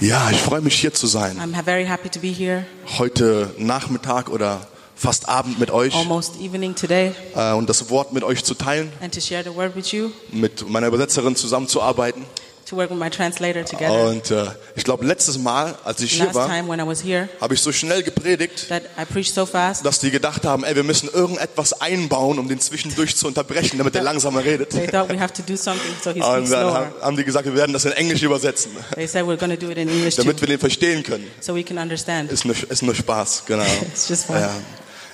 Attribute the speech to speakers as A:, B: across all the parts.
A: Ja, ich freue mich hier zu sein.
B: I'm ha- very happy to be here,
A: Heute Nachmittag oder fast Abend mit euch
B: almost evening today,
A: äh, und das Wort mit euch zu teilen,
B: and to share the word with you,
A: mit meiner Übersetzerin zusammenzuarbeiten.
B: to work with my translator together.
A: Und äh, ich glaube, letztes Mal, als ich hier
B: Last
A: war,
B: time when I was here,
A: habe ich so schnell gepredigt,
B: that I preached so fast,
A: dass die gedacht haben, ey, wir müssen irgendetwas einbauen, um den zwischendurch zu unterbrechen, damit er langsamer redet.
B: they thought we have to do something, so he speaks
A: Und dann
B: slower.
A: haben, haben die gesagt, wir werden das in Englisch übersetzen,
B: They said we're going to do it in English too,
A: damit wir den verstehen können.
B: so we can understand.
A: Ist nur, ist nur Spaß, genau.
B: It's just fun.
A: Ja.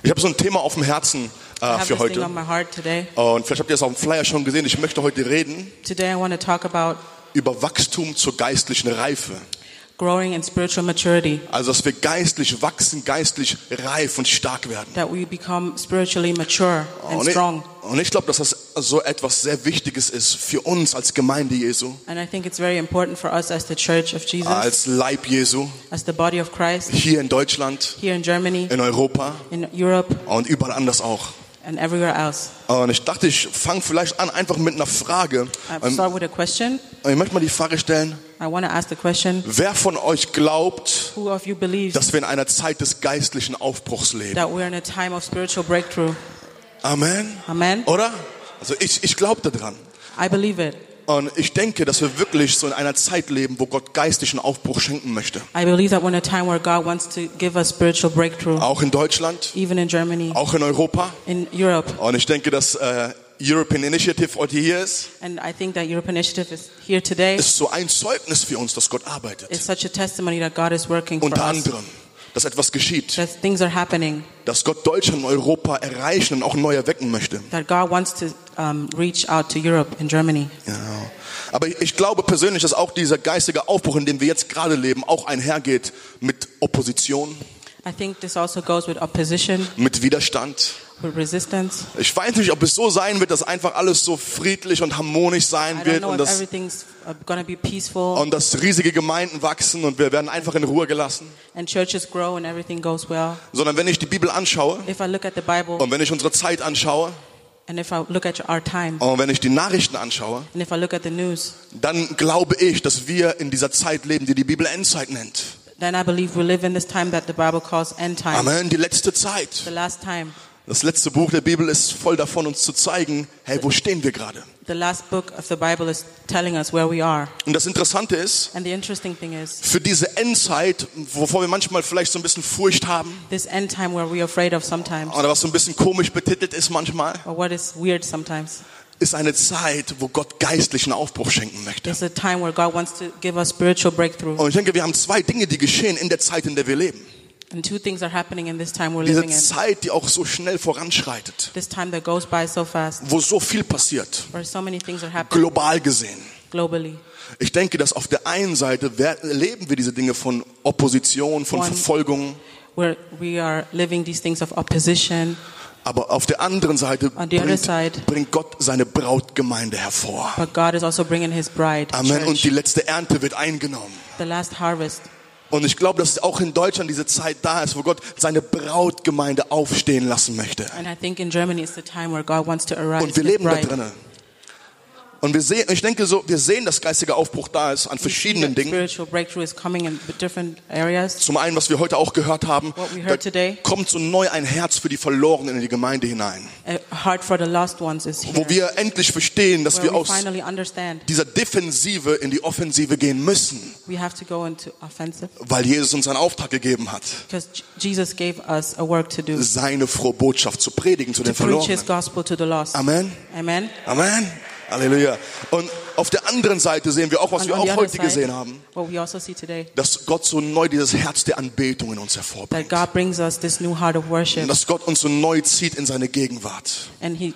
A: Ich habe so ein Thema auf dem Herzen
B: I
A: äh,
B: have
A: für
B: this thing on
A: heute.
B: my heart today.
A: Und vielleicht habt ihr es auf dem Flyer schon gesehen. Ich möchte heute reden
B: Today I want to talk about
A: über Wachstum zur geistlichen Reife.
B: growing in spiritual maturity,
A: Also, dass wir geistlich wachsen, geistlich reif und stark werden.
B: that we become spiritually mature and
A: Und ich,
B: strong.
A: und ich glaube, dass das so etwas sehr Wichtiges ist für uns als Gemeinde Jesu,
B: And I think it's very important for us as the Church of Jesus,
A: als Leib Jesu,
B: as the body of Christ,
A: hier in Deutschland,
B: here in Germany,
A: in Europa
B: in Europe,
A: und überall anders auch.
B: and everywhere else.
A: Und ich dachte, ich fange vielleicht an einfach mit einer Frage.
B: I
A: Ähm,
B: start with a question.
A: Ich möchte mal die Frage stellen,
B: I want to ask the question
A: wer von euch glaubt,
B: Who of you believes
A: dass wir in einer Zeit des geistlichen Aufbruchs leben?
B: that we're in a time of spiritual breakthrough?
A: Amen.
B: Amen.
A: Oder? Also ich, ich glaube daran.
B: I believe it.
A: Und ich denke, dass wir wirklich so in einer Zeit leben, wo Gott geistlichen Aufbruch schenken möchte.
B: I believe that we're in a time where God wants to give us spiritual breakthrough,
A: Auch in Deutschland,
B: even in Germany,
A: auch in Europa.
B: in Europe.
A: Und ich denke, dass äh, European Initiative heute hier ist,
B: And I think that Europe Initiative is here today.
A: ist so ein Zeugnis für uns, dass Gott arbeitet.
B: It's such a testimony that God is working for
A: Unter
B: us,
A: anderem, dass etwas geschieht,
B: that things are happening,
A: dass Gott Deutschland und Europa erreichen und auch neu erwecken möchte.
B: that God wants to um, reach out to Europe and Germany.
A: Genau. Aber ich glaube persönlich, dass auch dieser geistige Aufbruch, in dem wir jetzt gerade leben, auch einhergeht mit Opposition,
B: I think this also goes with opposition,
A: mit Widerstand.
B: with resistance.
A: Ich weiß nicht, ob es so sein wird, dass einfach alles so friedlich und harmonisch
B: I
A: sein
B: don't
A: wird
B: know
A: und
B: if
A: dass,
B: everything's going to be peaceful
A: und dass riesige Gemeinden wachsen und wir werden einfach in Ruhe gelassen.
B: and churches grow and everything goes well.
A: Sondern wenn ich die Bibel anschaue
B: If I look at the Bible
A: und wenn ich unsere Zeit anschaue
B: and if I look at our time
A: und wenn ich die Nachrichten anschaue,
B: and if I look at the news,
A: dann glaube ich, dass wir in dieser Zeit leben, die die Bibel Endzeit nennt.
B: then I believe we live in this time that the Bible calls end time,
A: Amen, die letzte Zeit.
B: the last time.
A: Das letzte Buch der Bibel ist voll davon, uns zu zeigen, hey, wo stehen wir gerade?
B: The last book of the Bible is telling us where we are.
A: Und das Interessante ist,
B: And the interesting thing is,
A: für diese Endzeit, wovor wir manchmal vielleicht so ein bisschen Furcht haben
B: this end time where we're afraid of sometimes,
A: oder was so ein bisschen komisch betitelt ist manchmal,
B: or what is weird sometimes,
A: ist eine Zeit, wo Gott geistlichen Aufbruch schenken möchte.
B: is a time where God wants to give us spiritual breakthrough.
A: Und ich denke, wir haben zwei Dinge, die geschehen in der Zeit, in der wir leben.
B: And two things are happening in this time we're
A: Diese
B: living in.
A: Zeit, die auch so schnell voranschreitet,
B: This time that goes by so fast,
A: wo so viel passiert,
B: where so many things are happening
A: global gesehen.
B: globally.
A: Ich denke, dass auf der einen Seite wer- erleben wir diese Dinge von Opposition, von
B: One.
A: Verfolgung,
B: Where we are living these things of opposition,
A: aber auf der anderen Seite
B: On the other
A: bringt,
B: side.
A: bringt Gott seine Brautgemeinde hervor.
B: but God is also bringing His bride.
A: Amen.
B: church.
A: Und die letzte Ernte wird eingenommen.
B: the last harvest.
A: Und ich glaube, dass auch in Deutschland diese Zeit da ist, wo Gott seine Brautgemeinde aufstehen lassen möchte.
B: And I think in Germany it's the time where God wants to arise.
A: Und wir
B: with
A: leben da
B: bride.
A: drinnen. Und wir sehen, ich denke so, wir sehen, dass geistiger Aufbruch da ist an
B: We see
A: verschiedenen
B: that
A: Dingen.
B: Spiritual breakthrough is coming in different areas.
A: Zum einen, was wir heute auch gehört haben,
B: What we
A: da
B: heard today.
A: kommt so neu ein Herz für die Verlorenen in die Gemeinde hinein,
B: A heart for the lost ones is here.
A: wo wir endlich verstehen, dass
B: where
A: wir
B: we
A: aus
B: finally understand
A: dieser Defensive in die Offensive gehen müssen,
B: we have to go into offensive
A: weil Jesus uns einen Auftrag gegeben hat,
B: because J- Jesus gave us a work to do
A: seine frohe Botschaft zu predigen zu
B: to
A: den
B: preach His
A: Verlorenen.
B: gospel to the lost.
A: Amen.
B: Amen.
A: Amen. Halleluja. Und auf der anderen Seite sehen wir auch, was
B: And
A: wir
B: on the
A: auch
B: other
A: heute
B: side,
A: gesehen haben,
B: what we also see today,
A: dass Gott so neu dieses Herz der Anbetung in uns
B: that
A: hervorbringt.
B: God brings us this new heart of worship,
A: Und dass Gott uns so neu zieht in seine Gegenwart.
B: and He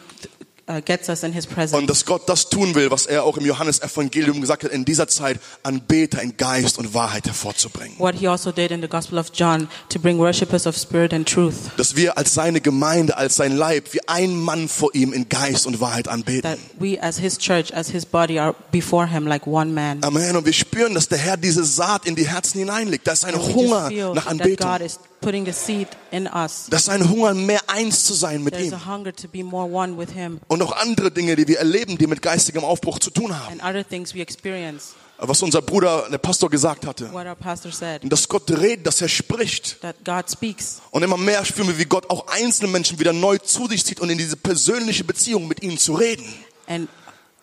B: uh, gets us in His presence.
A: Und dass Gott das tun will, was er auch im Johannesevangelium gesagt hat, in dieser Zeit Anbeter in Geist und Wahrheit hervorzubringen.
B: What He also did in the Gospel of John to bring worshippers of spirit and truth.
A: Dass wir als seine Gemeinde, als sein Leib, wie ein Mann vor ihm in Geist und Wahrheit anbeten.
B: that we as his church as his body are before him like one man
A: Amen. Und wir spüren, dass der Herr diese Saat in die Herzen hineinlegt. Da ist ein
B: And we just
A: Hunger
B: feel
A: nach
B: that
A: Anbetung.
B: God is putting the seed in us
A: Da ist ein Hunger, mehr eins zu sein mit
B: there's
A: ihm.
B: a hunger to be more one with him
A: und auch andere Dinge, die wir erleben, die mit geistigem Aufbruch zu tun haben.
B: and other things we experience
A: was unser Bruder, der Pastor, gesagt hatte.
B: what our pastor said,
A: Und dass Gott redet, dass er spricht.
B: that God speaks.
A: Und immer mehr spüren wir, wie Gott auch einzelne Menschen wieder neu zu sich zieht und in diese persönliche Beziehung mit ihnen zu reden.
B: And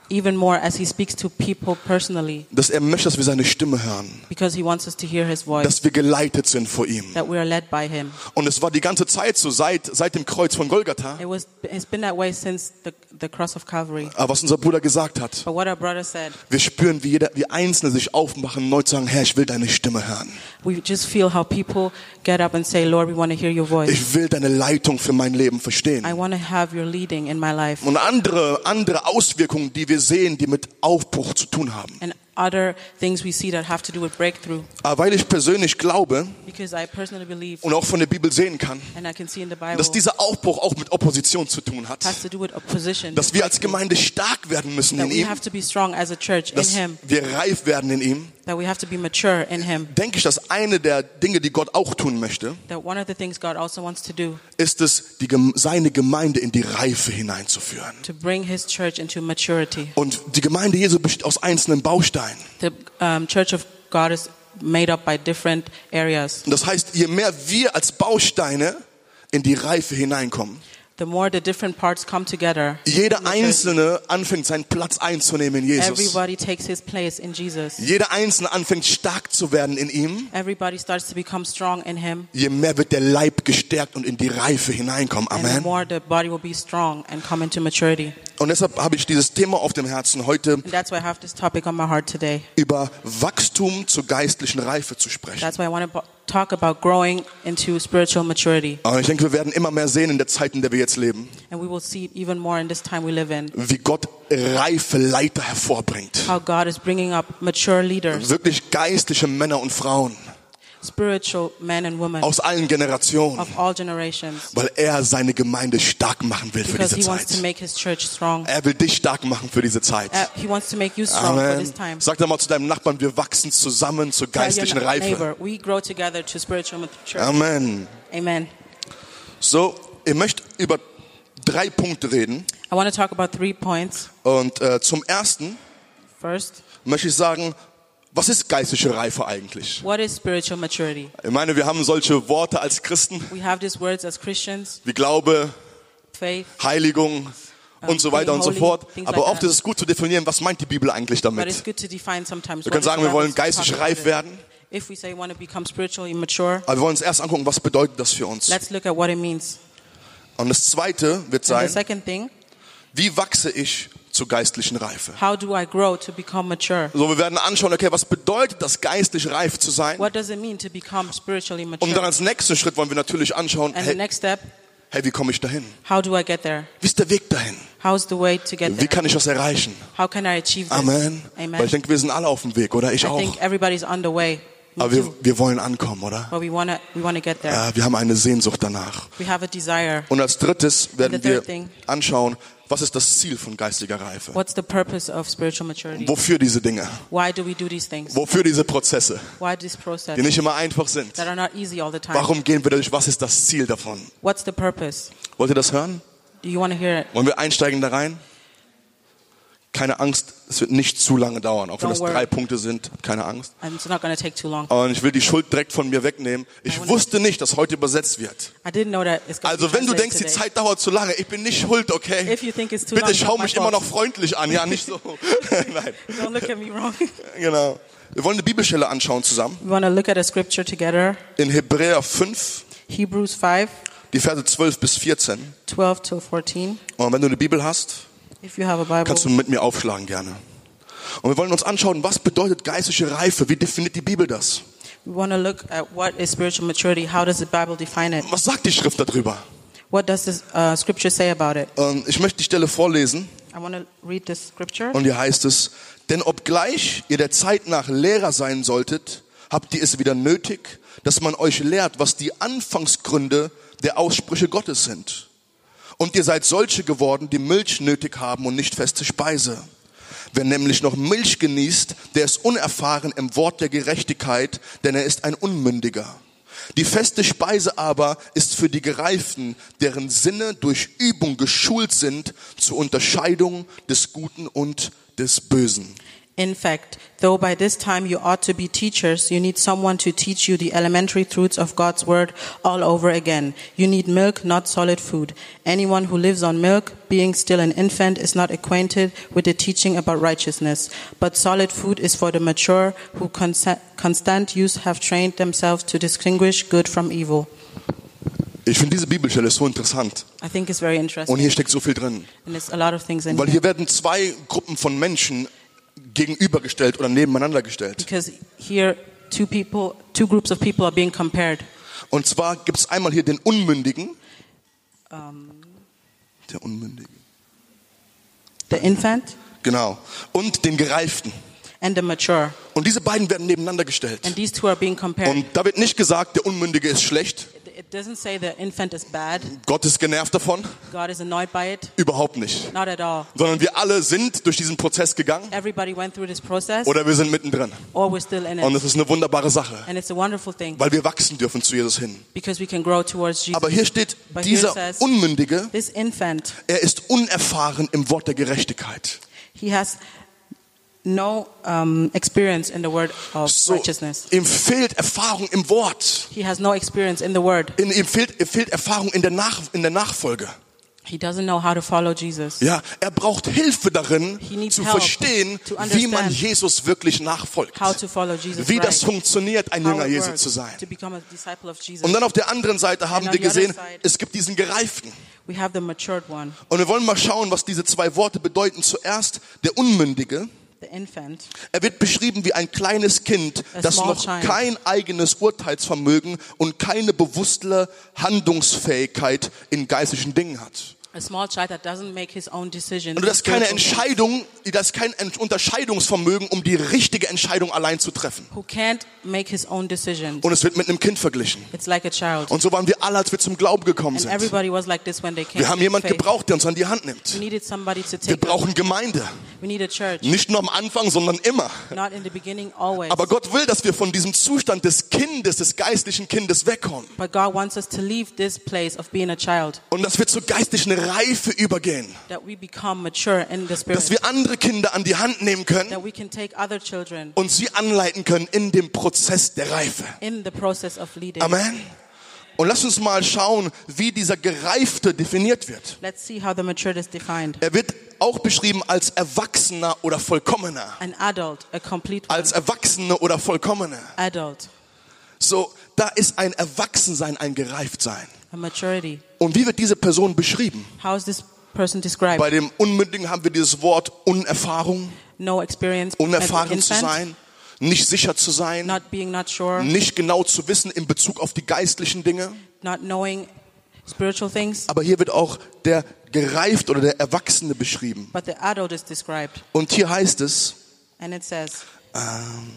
B: even more as he speaks to people personally,
A: Dass er möchte, dass wir seine Stimme hören.
B: because he wants us to hear his voice,
A: Dass wir geleitet sind vor ihm.
B: that we are led by him.
A: Und es war die ganze Zeit so, seit, seit dem Kreuz von Golgatha,
B: It was, it's been that way since the, the cross of Calvary.
A: aber was unser Bruder gesagt hat.
B: But what our brother said,
A: Wir spüren, wie, jeder, wie Einzelne sich aufmachen, neu zu sagen, Herr, ich will deine Stimme hören.
B: we just feel how people get up and say, Lord, we want to hear your voice.
A: Ich will deine Leitung für mein Leben verstehen.
B: I want to have your leading in my life.
A: Und andere, andere Auswirkungen, die wir sehen, die mit Aufbruch zu tun haben.
B: And other things we see that have to do with breakthrough,
A: Aber weil ich persönlich glaube
B: because I personally believe,
A: und auch von der Bibel sehen kann,
B: and I can see in the Bible,
A: dass dieser Aufbruch auch mit Opposition zu tun hat.
B: has to do with opposition.
A: Dass wir als Gemeinde stark werden müssen
B: that
A: in
B: we
A: ihm.
B: have to be strong as a church in
A: Dass
B: Him,
A: wir reif werden in ihm.
B: that we have to be mature in Him.
A: Denke ich, dass eine der Dinge, die Gott auch tun möchte,
B: That one of the things God also wants to do
A: ist es, die, Gem- seine Gemeinde in die Reife hineinzuführen.
B: to bring His church into maturity.
A: Und die Gemeinde Jesu besteht aus einzelnen Bausteinen.
B: The um, church of God is made up by different areas.
A: Und das heißt, je mehr wir als Bausteine in die Reife hineinkommen,
B: The more the different parts come together,
A: jeder Einzelne anfängt, seinen Platz einzunehmen in Jesus.
B: everybody takes his place in Jesus.
A: Jeder Einzelne anfängt, stark zu werden in ihm.
B: Everybody starts to become strong in Him,
A: Je mehr wird der Leib gestärkt und in die Reife hineinkommen.
B: and the
A: Amen.
B: more the body will be strong and come into maturity.
A: Und deshalb habe ich dieses Thema auf dem Herzen, heute
B: And that's why I have this topic on my heart today.
A: über Wachstum zur geistlichen Reife zu sprechen.
B: That's why I want to talk about growing into spiritual maturity.
A: Und ich denke, wir werden immer mehr sehen in der Zeit, in der wir jetzt leben,
B: And we will see it even more in this time we live in.
A: wie Gott reife Leiter hervorbringt.
B: How God is bringing up mature leaders,
A: Wirklich geistliche Männer und Frauen.
B: spiritual men and women
A: aus allen Generationen,
B: of all generations.
A: weil er seine Gemeinde stark machen will für
B: Because
A: diese
B: He wants to
A: Zeit.
B: make His church strong.
A: Er will dich stark machen für diese Zeit.
B: Uh, he wants to make you strong for this
A: Amen.
B: time.
A: Sag doch mal zu deinem Nachbarn, wir wachsen zusammen zur
B: Tell your
A: geistlichen Reife. Um,
B: neighbor, we grow together to spiritual maturity.
A: Amen.
B: Amen.
A: So, ich möchte über drei Punkte reden.
B: I want to talk about three points.
A: Und äh, zum ersten
B: First,
A: möchte ich sagen, was ist geistliche Reife eigentlich?
B: what is spiritual maturity?
A: Ich meine, wir haben solche Worte als Christen
B: We have these words as Christians,
A: wie Glaube,
B: faith,
A: Heiligung und so weiter und so
B: Ah, Holy,
A: fort.
B: things
A: Aber
B: like
A: oft
B: that.
A: ist es gut zu definieren, was meint die Bibel eigentlich
B: but it's
A: damit.
B: good to define sometimes.
A: Wir können
B: what is
A: sagen,
B: the
A: wir wollen
B: Bible's talking
A: geistlich
B: about
A: reif
B: it.
A: werden.
B: If we say we want to become spiritually mature,
A: Aber wir wollen uns erst angucken, was bedeutet das für uns.
B: let's look at what it means.
A: Und das zweite wird
B: And the
A: sein,
B: second thing,
A: wie wachse ich zur geistlichen Reife?
B: how do I grow to become mature?
A: So, wir werden anschauen, okay, was bedeutet das, geistlich reif zu sein?
B: What does it mean to become spiritually
A: Und dann
B: mature?
A: als nächsten Schritt wollen wir natürlich anschauen,
B: And the
A: Um
B: ne-
A: hey,
B: next step,
A: hey wie komme ich dahin?
B: how do I get there?
A: Wie ist der Weg dahin?
B: How's the way to get
A: Wie
B: there?
A: kann ich das erreichen?
B: How can I achieve this?
A: Amen. Weil
B: Amen.
A: ich denke, wir sind alle auf dem Weg, oder? Ich
B: I
A: auch.
B: think everybody's on the way, Me
A: Aber
B: too.
A: wir, wir wollen ankommen, oder?
B: but we wanna we wanna get there.
A: Ja, wir haben eine Sehnsucht danach.
B: We have a desire.
A: Und als drittes werden
B: And the
A: wir
B: third thing.
A: anschauen, was ist das Ziel von geistiger Reife?
B: What's the purpose of spiritual maturity?
A: Wofür diese Dinge?
B: Why do we do these things?
A: Wofür diese Prozesse,
B: Why this
A: die
B: process
A: nicht immer einfach sind?
B: that are not easy all the time?
A: Warum gehen wir durch? Was ist das Ziel davon?
B: What's the purpose?
A: Wollt ihr das hören?
B: Do you want to hear it?
A: Wollen wir einsteigen da rein? Keine Angst, es wird nicht zu lange dauern, auch wenn
B: Don't
A: das
B: worry.
A: drei Punkte sind. Keine Angst.
B: And it's not going to take too long.
A: Und ich will die Schuld direkt von mir wegnehmen. Ich wusste nicht, dass heute übersetzt wird.
B: I didn't know that it's going
A: Also
B: to be
A: wenn du denkst, die
B: translated today.
A: Zeit dauert zu lange, ich bin nicht schuld, okay?
B: If you think it's too long,
A: Bitte
B: it's
A: schau
B: not my
A: mich immer noch
B: fault.
A: freundlich an, ja, nicht so. Nein,
B: Don't look at me wrong.
A: genau. Wir wollen eine Bibelstelle anschauen zusammen.
B: We want to look at a scripture together.
A: In Hebräer 5,
B: Hebrews 5,
A: die Verse 12 bis 14.
B: 12 to 14.
A: Und wenn du eine Bibel hast,
B: If you have a Bible,
A: Kannst du mit mir aufschlagen gerne. Und wir wollen uns anschauen, was bedeutet geistliche Reife? Wie definiert die Bibel das?
B: we want to look at what is spiritual maturity. How does the Bible define it?
A: Was sagt die Schrift darüber?
B: What does this uh, scripture say about it?
A: Ähm, Ich möchte die Stelle vorlesen
B: I want to read this scripture.
A: und hier heißt es, denn obgleich ihr der Zeit nach Lehrer sein solltet, habt ihr es wieder nötig, dass man euch lehrt, was die Anfangsgründe der Aussprüche Gottes sind. Und ihr seid solche geworden, die Milch nötig haben und nicht feste Speise. Wer nämlich noch Milch genießt, der ist unerfahren im Wort der Gerechtigkeit, denn er ist ein Unmündiger. Die feste Speise aber ist für die Gereiften, deren Sinne durch Übung geschult sind zur Unterscheidung des Guten und des Bösen.
B: In fact, though by this time you ought to be teachers, you need someone to teach you the elementary truths of God's word all over again. You need milk, not solid food. Anyone who lives on milk, being still an infant, is not acquainted with the teaching about righteousness. But solid food is for the mature who consa- constant use have trained themselves to distinguish good from evil.
A: Ich finde diese Bibelstelle so interessant
B: I think it's very
A: und
B: interesting.
A: hier steckt so viel drin,
B: And there's a lot of things in
A: weil
B: here.
A: hier werden zwei Gruppen von Menschen gegenübergestellt oder nebeneinander gestellt.
B: Because here, two people, two groups of people are being compared.
A: Und zwar gibt es einmal hier den Unmündigen,
B: Um,
A: der Unmündige,
B: the infant
A: genau, und den Gereiften.
B: and the mature.
A: Und diese beiden werden nebeneinander
B: And
A: gestellt.
B: these two are being compared.
A: Und da wird nicht gesagt, der Unmündige ist schlecht,
B: It- It doesn't say the infant is bad.
A: Gott ist genervt davon,
B: God is annoyed by it.
A: überhaupt nicht.
B: Not at all.
A: Sondern wir alle sind durch diesen Prozess gegangen
B: Everybody went through this process,
A: oder wir sind mittendrin.
B: or we're still in
A: Und
B: it.
A: das ist eine wunderbare Sache,
B: And it's a wonderful thing
A: weil wir wachsen dürfen zu Jesus hin.
B: because we can grow towards
A: Aber
B: Jesus.
A: hier steht, dieser Unmündige,
B: This infant,
A: er ist unerfahren im Wort der Gerechtigkeit.
B: he has no um, experience in the word of
A: So,
B: righteousness.
A: ihm fehlt Erfahrung im Wort.
B: He has no experience in the word.
A: In, ihm, fehlt, ihm fehlt Erfahrung in der, Nach, in der Nachfolge.
B: He doesn't know how to follow Jesus.
A: Ja, er braucht Hilfe darin,
B: He needs
A: zu
B: help
A: verstehen,
B: to
A: wie man
B: understand
A: Jesus wirklich nachfolgt.
B: How to follow Jesus
A: Wie
B: right.
A: das funktioniert, ein
B: How
A: Jünger
B: it
A: Jesu
B: works
A: zu sein.
B: To become a disciple of Jesus.
A: Und dann auf der anderen Seite haben
B: And on
A: wir
B: the other
A: gesehen,
B: side-
A: es gibt diesen Gereiften.
B: we have the matured one,
A: Und wir wollen mal schauen, was diese zwei Worte bedeuten. Zuerst der Unmündige.
B: the infant.
A: Er wird beschrieben wie ein kleines Kind,
B: A
A: das
B: small
A: noch
B: child.
A: kein eigenes Urteilsvermögen und keine bewusste Handlungsfähigkeit in geistlichen Dingen hat.
B: A small child that doesn't make his own decisions.
A: Und das ist keine
B: spiritual-
A: Entscheidung, das ist kein Ent- Unterscheidungsvermögen, um die richtige Entscheidung allein zu treffen.
B: who can't make his own decisions.
A: Und es wird mit einem Kind verglichen.
B: It's like a child.
A: Und so waren wir alle, als wir zum Glauben gekommen
B: And
A: sind.
B: everybody was like this when they came.
A: Wir haben
B: to
A: jemand
B: faith.
A: gebraucht, der uns an die Hand
B: We
A: nimmt.
B: needed somebody to
A: Wir
B: take. us.
A: brauchen Gemeinde.
B: We need a church.
A: Nicht nur am Anfang, sondern immer.
B: Not in the beginning, always.
A: Aber Gott will, dass wir von diesem Zustand des Kindes, des geistlichen Kindes wegkommen.
B: But God wants us to leave this place of being a child,
A: Und dass wir zur geistlichen Reife übergehen.
B: that we become mature in the
A: Dass
B: spirit,
A: wir andere Kinder an die Hand nehmen können
B: that we can take other children
A: und sie anleiten können in dem Prozess der Reife.
B: in the process of leading.
A: Amen. Und lass uns mal schauen, wie dieser Gereifte definiert wird.
B: Let's see how the matured is defined.
A: Er wird auch beschrieben als Erwachsener oder Vollkommener.
B: An adult, a complete
A: Als Erwachsene oder Vollkommener.
B: adult,
A: So, da ist ein Erwachsensein, ein Gereiftsein.
B: a maturity.
A: Und wie wird diese Person beschrieben?
B: How is this person described?
A: Bei dem Unmündigen haben wir dieses Wort Unerfahrung,
B: no experience, as an
A: unerfahren zu
B: infant,
A: sein, nicht sicher zu sein,
B: not being not sure,
A: nicht genau zu wissen in Bezug auf die geistlichen Dinge.
B: not knowing spiritual things,
A: Aber hier wird auch der Gereift oder der Erwachsene beschrieben.
B: but the adult is described.
A: Und hier heißt es,
B: And it says,
A: ähm,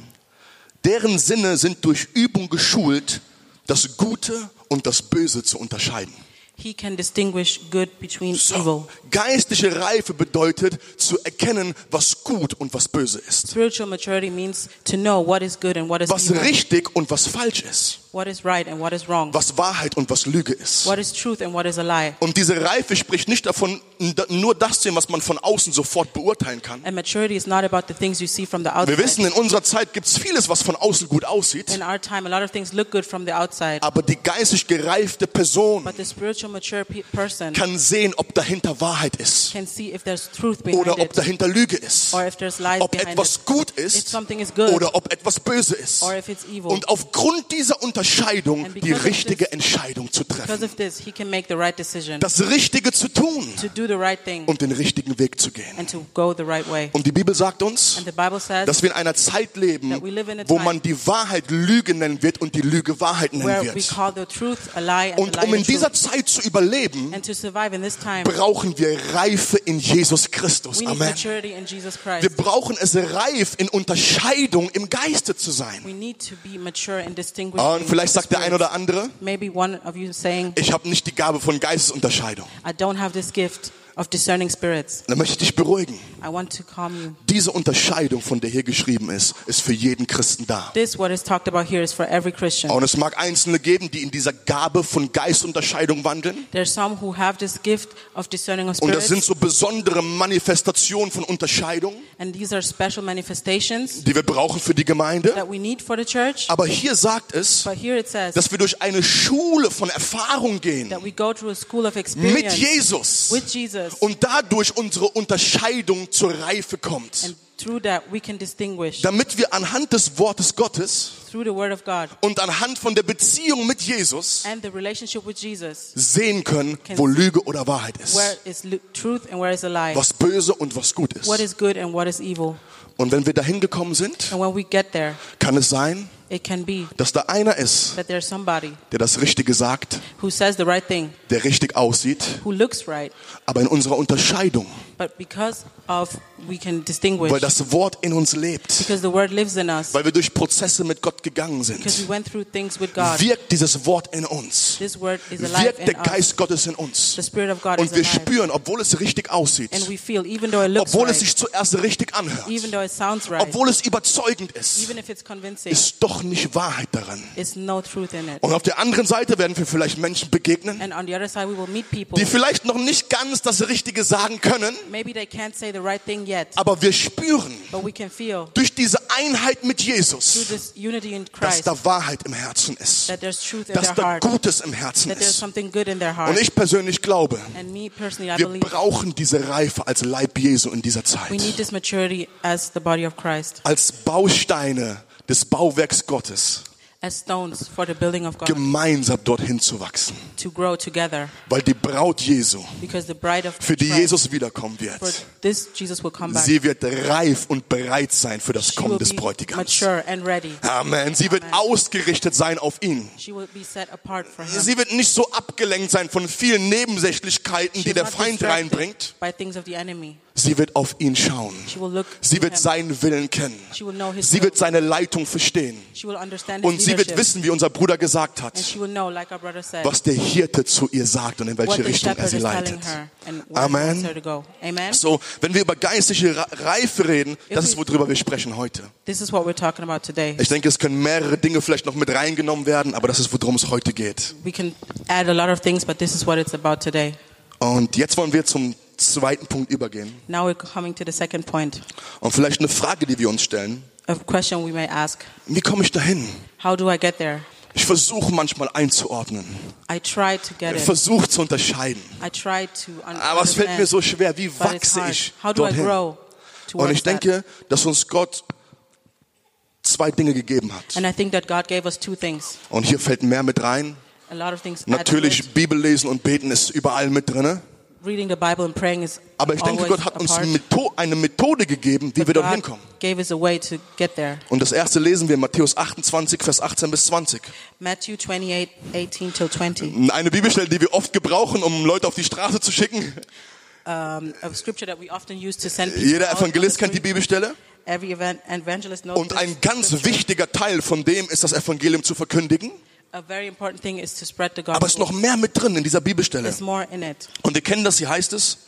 A: deren Sinne sind durch Übung geschult, das Gute und das Böse zu unterscheiden.
B: He can distinguish good between
A: So,
B: evil.
A: geistliche Reife bedeutet zu erkennen, was gut und was böse ist,
B: Spiritual maturity means to know what is good and what is
A: was
B: evil,
A: richtig und was falsch ist,
B: what is right and what is wrong,
A: was Wahrheit und was Lüge ist.
B: what is truth and what is a lie.
A: Und diese Reife spricht nicht davon, nur das zu sehen, was man von außen sofort beurteilen kann.
B: And maturity is not about the things you see from the
A: Wir wissen,
B: outside.
A: in unserer Zeit gibt es vieles, was von außen gut aussieht,
B: In our time, a lot of things look good from the outside,
A: aber die geistig gereifte Person
B: but the spiritual mature pe- person
A: kann sehen, ob dahinter Wahrheit ist
B: can see if there's truth behind
A: oder ob
B: it,
A: dahinter Lüge ist,
B: or if there's lies
A: ob
B: behind it,
A: etwas gut
B: if
A: ist
B: something is good,
A: oder ob etwas böse ist.
B: or if it's evil.
A: Und aufgrund dieser Unterscheidung
B: And
A: die
B: because of
A: richtige
B: this-
A: Entscheidung zu
B: Because
A: treffen,
B: of this, he can make the right decision
A: das Richtige zu tun
B: to do the right thing
A: und den richtigen Weg zu gehen.
B: and to go the right way.
A: Und die Bibel sagt uns,
B: And the Bible says
A: dass wir in einer Zeit leben,
B: That we live in a
A: wo
B: time-
A: man die Wahrheit Lüge nennen wird und die Lüge Wahrheit nennen
B: where we
A: wird.
B: call the truth a lie and
A: Und
B: the
A: um
B: lie
A: in
B: the truth.
A: dieser Zeit zu überleben,
B: And to survive in this time,
A: brauchen wir Reife in Jesus Christus.
B: we need
A: Amen.
B: maturity in Jesus
A: Wir
B: Christ.
A: brauchen es reif in Unterscheidung im Geiste zu sein.
B: We need to be mature and
A: Und
B: distinguished.
A: Ah, vielleicht sagt der ein
B: spirits.
A: oder andere,
B: Maybe one of you is saying,
A: ich habe nicht die Gabe von Geistesunterscheidung.
B: I don't have this gift of of discerning spirits.
A: Dann möchte ich dich beruhigen.
B: I want to calm you.
A: Diese Unterscheidung, von der hier geschrieben ist, ist für jeden Christen da.
B: This, what is talked about here, is for every Christian.
A: Und es mag Einzelne geben, die in dieser Gabe von Geistunterscheidung wandeln.
B: There's some who have this gift of discerning of
A: Und das sind
B: spirits,
A: so besondere Manifestationen von Unterscheidung,
B: and these are special manifestations
A: die wir brauchen für die Gemeinde.
B: that we need for the church.
A: Aber hier sagt es,
B: But here it says
A: dass wir durch eine Schule von Erfahrung gehen
B: that we go through a school of
A: mit
B: experience
A: Jesus
B: with Jesus,
A: und dadurch unsere Unterscheidung zur Reife kommt.
B: and through that we can distinguish
A: Damit wir anhand des Wortes Gottes
B: through the Word of God
A: und anhand von der Beziehung mit Jesus
B: and the relationship with Jesus
A: sehen können, wo Lüge oder Wahrheit
B: where
A: ist,
B: is lu- truth and where is a lie,
A: was böse und was gut
B: what
A: ist.
B: is good and what is evil.
A: Und wenn wir dahin gekommen sind,
B: And when we get there,
A: kann es sein,
B: it can be
A: dass da einer ist,
B: that there's somebody
A: der das Richtige sagt,
B: who says the right thing,
A: der richtig aussieht,
B: who looks right,
A: aber in unserer Unterscheidung,
B: but because of we can distinguish
A: weil das Wort in uns lebt,
B: because the word lives in us,
A: weil wir durch Prozesse mit Gott gegangen
B: because we
A: sind,
B: went through things with God.
A: wirkt dieses Wort in uns,
B: This word is alive
A: wirkt der
B: in us.
A: Geist Gottes in uns.
B: The Spirit of God
A: Und
B: is
A: wir
B: alive.
A: spüren, obwohl es richtig
B: And
A: aussieht,
B: we feel, even though it looks
A: obwohl es
B: right,
A: sich zuerst richtig anhört,
B: even though it sounds right,
A: obwohl es überzeugend ist,
B: even if it's convincing,
A: ist doch nicht Wahrheit daran.
B: it's no truth in it.
A: Und auf der anderen Seite werden wir vielleicht Menschen begegnen,
B: And on the other side, we will meet people.
A: die vielleicht noch nicht ganz das Richtige sagen können,
B: Maybe they can't say the right thing yet,
A: aber wir spüren
B: but we can feel
A: durch diese Einheit mit
B: through
A: Jesus,
B: this unity in
A: dass
B: Christ
A: da Wahrheit im Herzen ist,
B: that there's truth in
A: dass
B: their
A: da
B: heart,
A: Gutes im Herzen
B: that there's
A: ist.
B: something good in their heart.
A: Und ich persönlich glaube,
B: And me personally, I
A: wir
B: believe
A: brauchen diese Reife als Leib Jesu in dieser
B: we need
A: Zeit,
B: this maturity as the body of Christ,
A: als Bausteine des Bauwerks Gottes,
B: as stones for the building of God
A: gemeinsam dorthin zu wachsen,
B: to grow together,
A: weil die Braut Jesu,
B: because the bride of
A: für die
B: Christ,
A: Jesus wiederkommen
B: for
A: wird,
B: this Jesus will come back.
A: Sie wird reif und bereit sein für das
B: She will
A: Kommen des
B: be
A: Bräutigams.
B: mature and ready.
A: Amen. Sie wird
B: Amen.
A: ausgerichtet sein auf ihn.
B: She will be set apart for him.
A: Sie wird nicht so abgelenkt sein von vielen Nebensächlichkeiten,
B: She
A: die
B: will
A: der
B: not
A: Feind
B: distracted
A: reinbringt.
B: By things of the enemy.
A: Sie wird auf ihn schauen.
B: She will look
A: Sie
B: to
A: wird
B: him.
A: seinen Willen kennen.
B: She will know his
A: Sie
B: will.
A: wird seine Leitung verstehen.
B: She will understand his
A: Und sie wird
B: leadership.
A: wissen, wie unser Bruder gesagt
B: and
A: hat,
B: she will know, like our brother said,
A: was der Hirte zu ihr sagt und in
B: what
A: welche
B: the
A: Richtung er
B: shepherd
A: sie
B: is telling
A: leitet.
B: her and where he wants her
A: Amen.
B: to go. Amen.
A: So, wenn wir über geistliche Re- Reife reden, das
B: we-
A: ist, worüber wir sprechen heute.
B: This is what we're talking about today.
A: Ich denke, es können mehrere Dinge vielleicht noch mit reingenommen werden, aber das ist, worum es heute geht.
B: We can add a lot of things, but this is what it's about today.
A: Und jetzt wollen wir zum zweiten Punkt übergehen.
B: Now we're coming to the second point.
A: Und vielleicht eine Frage, die wir uns stellen.
B: A question we may ask
A: Wie komme ich dahin?
B: How do I get there?
A: Ich versuche manchmal einzuordnen.
B: I try to get
A: Ich
B: it.
A: versuche zu unterscheiden.
B: I try to un-
A: Aber es Ah, fällt
B: understand,
A: mir so schwer. Wie
B: but it's
A: wachse
B: hard.
A: ich
B: How do I
A: dorthin?
B: grow
A: Und
B: towards
A: ich
B: that?
A: denke, dass uns Gott zwei Dinge gegeben hat.
B: And I think that God gave us two things.
A: Und hier fällt mehr mit rein.
B: A lot of things. add to it.
A: Natürlich, Bibel lesen und beten ist überall mit drinne.
B: Reading the Bible and praying is
A: Aber ich denke,
B: always
A: Gott hat uns
B: apart.
A: Metho- eine Methode gegeben, wie wir
B: But
A: dorthin
B: God
A: kommen.
B: gave us a way to get there.
A: Und das erste lesen wir in Matthäus 28, Vers 18 bis 20.
B: Matthew 28, 18 till 20.
A: Eine Bibelstelle, die wir oft gebrauchen, um Leute auf die Straße zu schicken.
B: Um, a scripture that we often use to send people
A: Jeder
B: out on the
A: Evangelist kennt die
B: street.
A: Bibelstelle.
B: Every evan- evangelist knows
A: Und
B: this
A: ein ganz
B: scripture.
A: wichtiger Teil von dem ist, das Evangelium zu verkündigen.
B: A very important thing is to spread the
A: Aber es ist
B: gospel.
A: noch mehr mit drin in dieser Bibelstelle.
B: There's more in it.
A: Und wir kennen das, hier heißt es.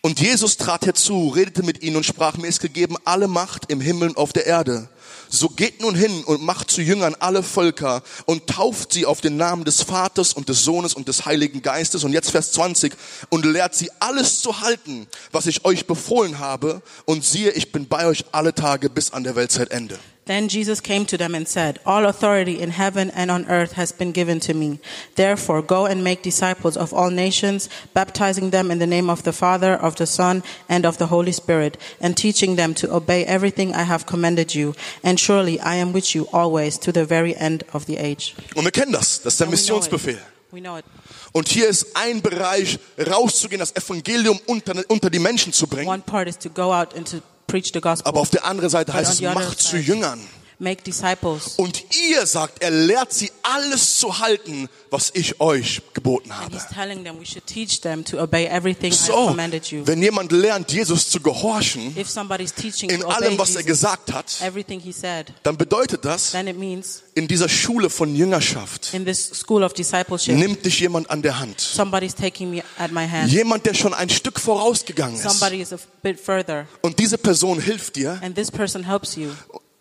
A: Und Jesus trat herzu, redete mit ihnen und sprach, mir ist gegeben alle Macht im Himmel und auf der Erde. So geht nun hin und macht zu Jüngern alle Völker und tauft sie auf den Namen des Vaters und des Sohnes und des Heiligen Geistes. Und jetzt Vers 20. Und lehrt sie alles zu halten, was ich euch befohlen habe. Und siehe, ich bin bei euch alle Tage bis an der Weltzeitende.
B: Then Jesus came to them and said, All authority in heaven and on earth has been given to me. Therefore, go and make disciples of all nations, baptizing them in the name of the Father, of the Son, and of the Holy Spirit, and teaching them to obey everything I have commanded you. And surely I am with you always to the very end of the age.
A: Und wir kennen das. Das ist der
B: And we know it.
A: Missionsbefehl.
B: We know it.
A: Und hier ist ein Bereich, rauszugehen, das Evangelium unter, unter die Menschen zu bringen.
B: One part is to go out and to preach the gospel.
A: Aber auf der anderen Seite
B: But
A: heißt
B: on
A: es,
B: the other
A: macht zu
B: side-
A: Jüngern.
B: Make disciples.
A: Und ihr sagt, er lehrt sie alles zu halten, was ich euch geboten
B: And
A: habe.
B: he's telling them we should teach them to obey everything I
A: So,
B: commanded you.
A: wenn jemand lernt, Jesus zu gehorchen,
B: If somebody's teaching
A: in
B: to obey
A: allem, was er
B: Jesus,
A: gesagt hat,
B: everything he said,
A: dann bedeutet das,
B: then it means
A: in dieser Schule von Jüngerschaft
B: in this school of discipleship,
A: nimmt dich jemand an der Hand.
B: somebody's taking me at my hand.
A: Jemand, der schon ein Stück vorausgegangen ist.
B: Somebody is a f- bit further,
A: Und diese Person hilft dir,
B: and this person helps you.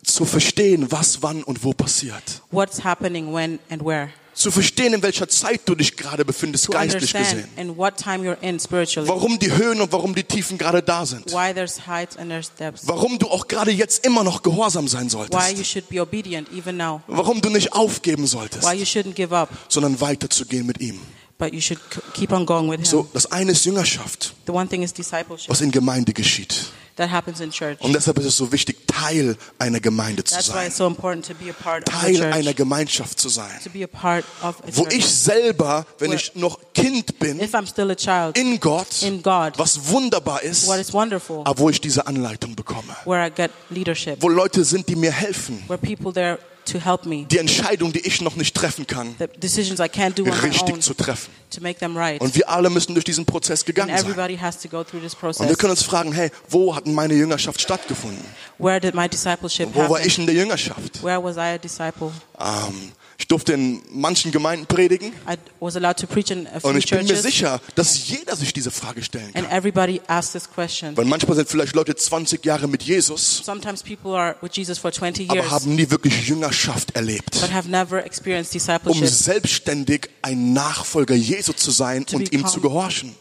A: zu verstehen, was, wann und wo passiert.
B: What's happening when and where?
A: Zu verstehen, in welcher Zeit du dich gerade befindest,
B: To
A: geistlich
B: understand
A: gesehen.
B: in what time you're in spiritually.
A: Warum die Höhen und warum die Tiefen gerade da sind.
B: Why there's heights and there's depths.
A: Warum du auch gerade jetzt immer noch gehorsam sein
B: Why you
A: solltest.
B: should be obedient even now.
A: Warum du nicht aufgeben solltest,
B: Why you shouldn't give up,
A: sondern weiterzugehen mit ihm.
B: but you should c- keep on going with him.
A: So, das eine ist Jüngerschaft,
B: the one thing is discipleship
A: was in Gemeinde geschieht.
B: that happens in church.
A: Und deshalb ist es so wichtig, Teil einer Gemeinde zu
B: That's why
A: sein.
B: it's so important to be a part of the
A: Teil einer
B: church.
A: Gemeinschaft zu sein.
B: To be a part of a
A: Wo
B: church.
A: ich selber, wenn
B: Wo-
A: ich noch Kind bin,
B: If I'm still a child
A: in Gott,
B: in God,
A: was wunderbar ist,
B: what is wonderful,
A: aber wo ich diese Anleitung bekomme.
B: where I get leadership,
A: Wo Leute sind, die mir helfen,
B: where people there to help me,
A: die Entscheidung, die ich noch nicht treffen kann,
B: the decisions I can't do on my own
A: richtig zu treffen.
B: to make them right.
A: Und wir alle müssen durch diesen Prozess
B: And
A: gegangen sein.
B: everybody has to go through this
A: Und wir
B: process.
A: können uns fragen, hey, wo hat meine Jüngerschaft stattgefunden?
B: Where did my discipleship
A: Wo war
B: happen?
A: ich in der Jüngerschaft?
B: Where was I a disciple?
A: Ähm, ich durfte in manchen Gemeinden predigen
B: I was allowed to preach in a
A: und
B: few
A: ich bin mir
B: churches,
A: sicher, dass jeder sich diese Frage stellen
B: and
A: kann.
B: everybody asked this question.
A: Weil manchmal sind vielleicht Leute 20 Jahre mit Jesus,
B: Sometimes people are with Jesus for 20
A: aber
B: years,
A: haben nie wirklich Jüngerschaft erlebt.
B: but have never experienced
A: um
B: discipleship,
A: selbstständig ein Nachfolger Jesu zu sein
B: To
A: und ihm
B: become-
A: zu gehorchen.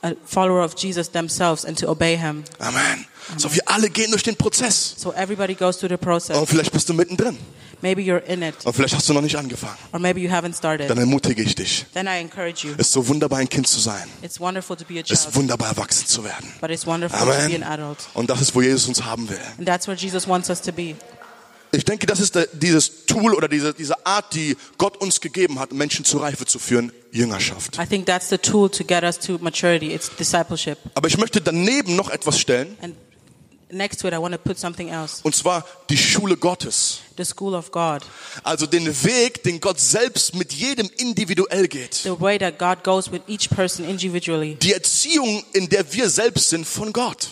B: a follower of Jesus themselves, and to obey Him.
A: Amen. So, wir alle gehen durch den Prozess.
B: So everybody goes through the
A: Und
B: process.
A: vielleicht bist du mittendrin.
B: Maybe you're in it,
A: Und vielleicht hast du noch nicht angefangen.
B: or maybe you haven't
A: Dann
B: started.
A: ermutige ich dich.
B: Then I encourage you.
A: Es ist so wunderbar, ein Kind zu sein.
B: It's wonderful to be a
A: Es ist
B: child,
A: wunderbar, erwachsen zu werden.
B: but it's wonderful to be an
A: Amen.
B: adult.
A: Und das ist, wo Jesus uns haben will.
B: And that's where Jesus wants us to be.
A: Ich denke, das ist der, dieses Tool oder diese, diese Art, die Gott uns gegeben hat, Menschen zur Reife zu führen, Jüngerschaft.
B: I think that's the tool to get us to maturity. It's discipleship.
A: Aber ich möchte daneben noch etwas stellen,
B: And next to it, I want to put something else
A: und zwar die Schule Gottes.
B: the school of God.
A: Also den Weg, den Gott selbst mit jedem individuell geht.
B: The way that God goes with each person individually,
A: Die Erziehung, in der wir selbst sind von Gott.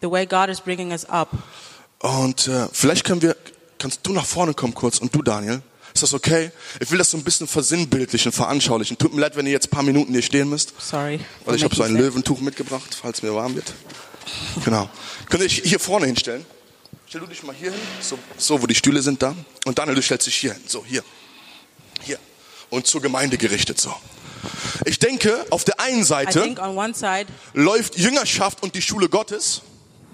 B: the way God is bringing us up.
A: Und äh, vielleicht können wir, kannst du nach vorne kommen kurz und du Daniel. Ist das okay? Ich will das so ein bisschen versinnbildlichen, veranschaulichen. Tut mir leid, wenn ihr jetzt ein paar Minuten hier stehen müsst.
B: Sorry.
A: Weil ich habe so ein
B: Making sense.
A: Löwentuch mitgebracht, falls mir warm wird. Genau. Könnt ihr euch hier vorne hinstellen? Stell du dich mal hier hin, so, so wo die Stühle sind da. Und Daniel, du stellst dich hier hin, so hier. Hier. Und zur Gemeinde gerichtet so. Ich denke, auf der einen
B: I
A: Seite
B: think on one side,
A: läuft Jüngerschaft und die Schule Gottes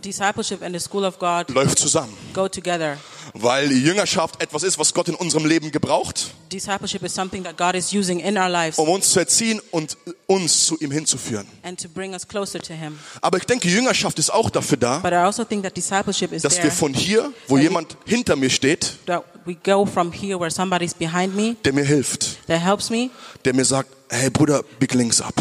B: discipleship and the school of God
A: läuft zusammen,
B: go together.
A: weil Jüngerschaft etwas ist, was Gott in unserem Leben gebraucht,
B: Discipleship is something that God is using in our lives
A: um uns zu erziehen und uns zu ihm hinzuführen.
B: and to bring us closer to Him.
A: Aber ich denke, Jüngerschaft ist auch dafür da,
B: But I also think that discipleship is
A: dass wir
B: there.
A: von hier, wo jemand hinter mir steht,
B: That we go from here where somebody's behind me
A: der mir hilft,
B: that helps me,
A: der mir sagt, hey Bruder, bieg links ab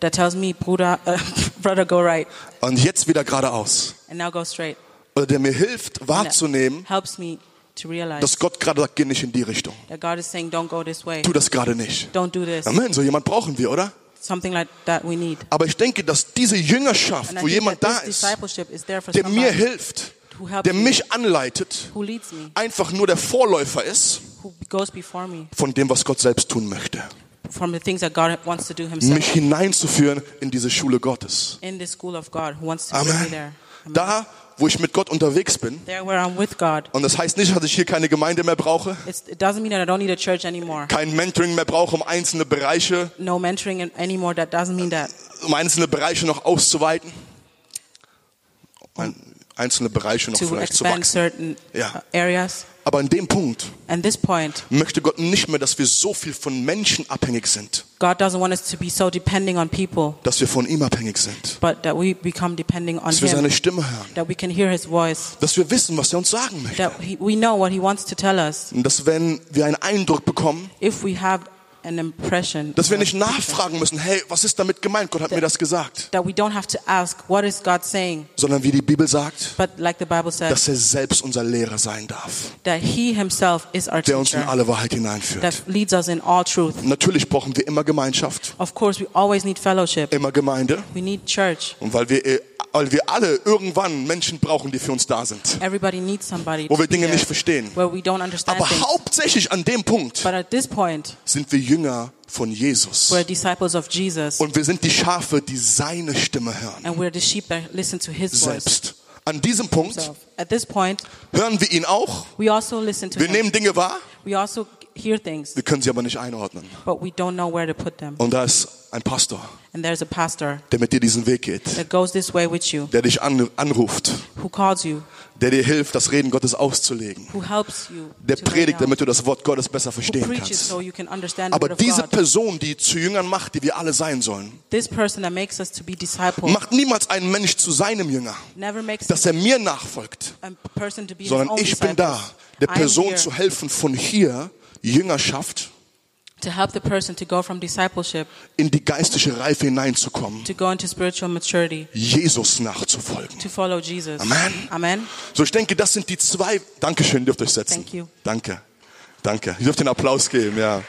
B: that tells me, Bruder, uh, brother, go right,
A: und jetzt wieder geradeaus.
B: and now go straight.
A: Oder der mir hilft
B: And that
A: wahrzunehmen,
B: helps me to realize
A: dass Gott gerade sagt, geh nicht in die Richtung.
B: that God is saying, don't go this way,
A: Tu das gerade nicht.
B: don't do this.
A: Amen, so jemand brauchen wir, oder?
B: Something like that we need.
A: Aber ich denke, dass diese Jüngerschaft,
B: And I
A: wo
B: think
A: jemand
B: that
A: da
B: this
A: ist,
B: discipleship is there for
A: der mir
B: somebody
A: hilft,
B: who helps
A: der
B: me,
A: mich anleitet,
B: who leads me,
A: einfach nur der Vorläufer ist
B: who goes before me,
A: von dem, was Gott selbst tun möchte.
B: from the things that God wants to do Himself
A: Mich hineinzuführen in diese Schule Gottes.
B: in the school of God, who wants to bring me
A: Amen.
B: there.
A: Da, wo ich mit Gott unterwegs bin,
B: There where I'm with God.
A: und das heißt nicht, dass ich hier keine Gemeinde mehr brauche,
B: It's, it doesn't mean that I don't need a church anymore.
A: kein Mentoring mehr brauche, um einzelne Bereiche,
B: No mentoring in- anymore. That doesn't mean that.
A: um einzelne Bereiche noch auszuweiten, um ein, einzelne Bereiche noch
B: to
A: vielleicht zu
B: expand
A: wachsen.
B: certain
A: Ja.
B: uh, areas.
A: Aber an dem Punkt
B: And this point,
A: möchte Gott nicht mehr, dass wir so viel von Menschen abhängig sind,
B: God doesn't want us to be so depending on people,
A: dass wir von ihm abhängig sind,
B: but that we become depending on
A: dass wir
B: Him,
A: seine Stimme hören,
B: that we can hear His voice,
A: dass wir wissen, was er uns sagen möchte.
B: that he, we know what He wants to tell us.
A: Und dass wenn wir einen Eindruck bekommen,
B: If we have an impression
A: Dass wir
B: of
A: nicht
B: people.
A: nachfragen müssen, hey, was ist damit gemeint? Gott hat mir das gesagt.
B: That we don't have to ask, what is God saying?
A: Sondern wie die Bibel sagt,
B: But like the Bible says,
A: dass er selbst unser Lehrer sein darf,
B: that He Himself is our
A: der uns in
B: teacher,
A: alle Wahrheit hineinführt.
B: that leads us in all truth.
A: Natürlich brauchen wir immer Gemeinschaft,
B: Of course, we always need fellowship.
A: immer Gemeinde.
B: We need church.
A: Und weil wir, äh, weil wir alle irgendwann Menschen brauchen, die für uns da sind.
B: Everybody needs somebody
A: Wo
B: to
A: wir
B: be
A: Dinge
B: there,
A: nicht verstehen.
B: where we don't understand
A: Aber
B: things.
A: hauptsächlich an dem Punkt
B: But at this point,
A: sind wir Jünger von Jesus.
B: we're disciples of Jesus,
A: Und wir sind die Schafe, die seine Stimme hören.
B: and we're the sheep that listen to His voice.
A: Selbst. An diesem Punkt
B: So at this point,
A: hören wir ihn auch.
B: we also listen to
A: Wir
B: Him.
A: nehmen Dinge wahr,
B: We also hear things,
A: wir können sie aber nicht einordnen.
B: but we don't know where to put them.
A: Und da ist ein Pastor,
B: And there's a pastor
A: der mit dir diesen Weg geht,
B: that goes this way with you,
A: der dich an, anruft,
B: who calls you,
A: der dir hilft, das Reden Gottes auszulegen,
B: who helps you,
A: der
B: to lay
A: predigt,
B: down,
A: damit du das Wort Gottes besser
B: who
A: verstehen
B: preaches
A: kannst.
B: so you can understand the
A: Aber
B: word of
A: diese
B: God.
A: Person, die zu Jüngern macht, die wir alle sein sollen,
B: This person that makes us to be disciples
A: macht niemals einen Mensch zu seinem Jünger,
B: never makes
A: dass er mir nachfolgt,
B: a person to be his
A: sondern
B: own
A: ich bin da,
B: disciples.
A: der
B: I am
A: Person
B: here
A: zu helfen, von hier Jüngerschaft
B: to help the person to go from discipleship
A: in die geistliche Reife hineinzukommen,
B: to go into spiritual maturity
A: Jesus nachzufolgen.
B: to follow Jesus.
A: Amen.
B: Amen.
A: So, ich denke, das sind die zwei. Dankeschön, ihr dürft euch setzen.
B: Thank you.
A: Danke. Danke. Ihr dürft den Applaus geben, ja.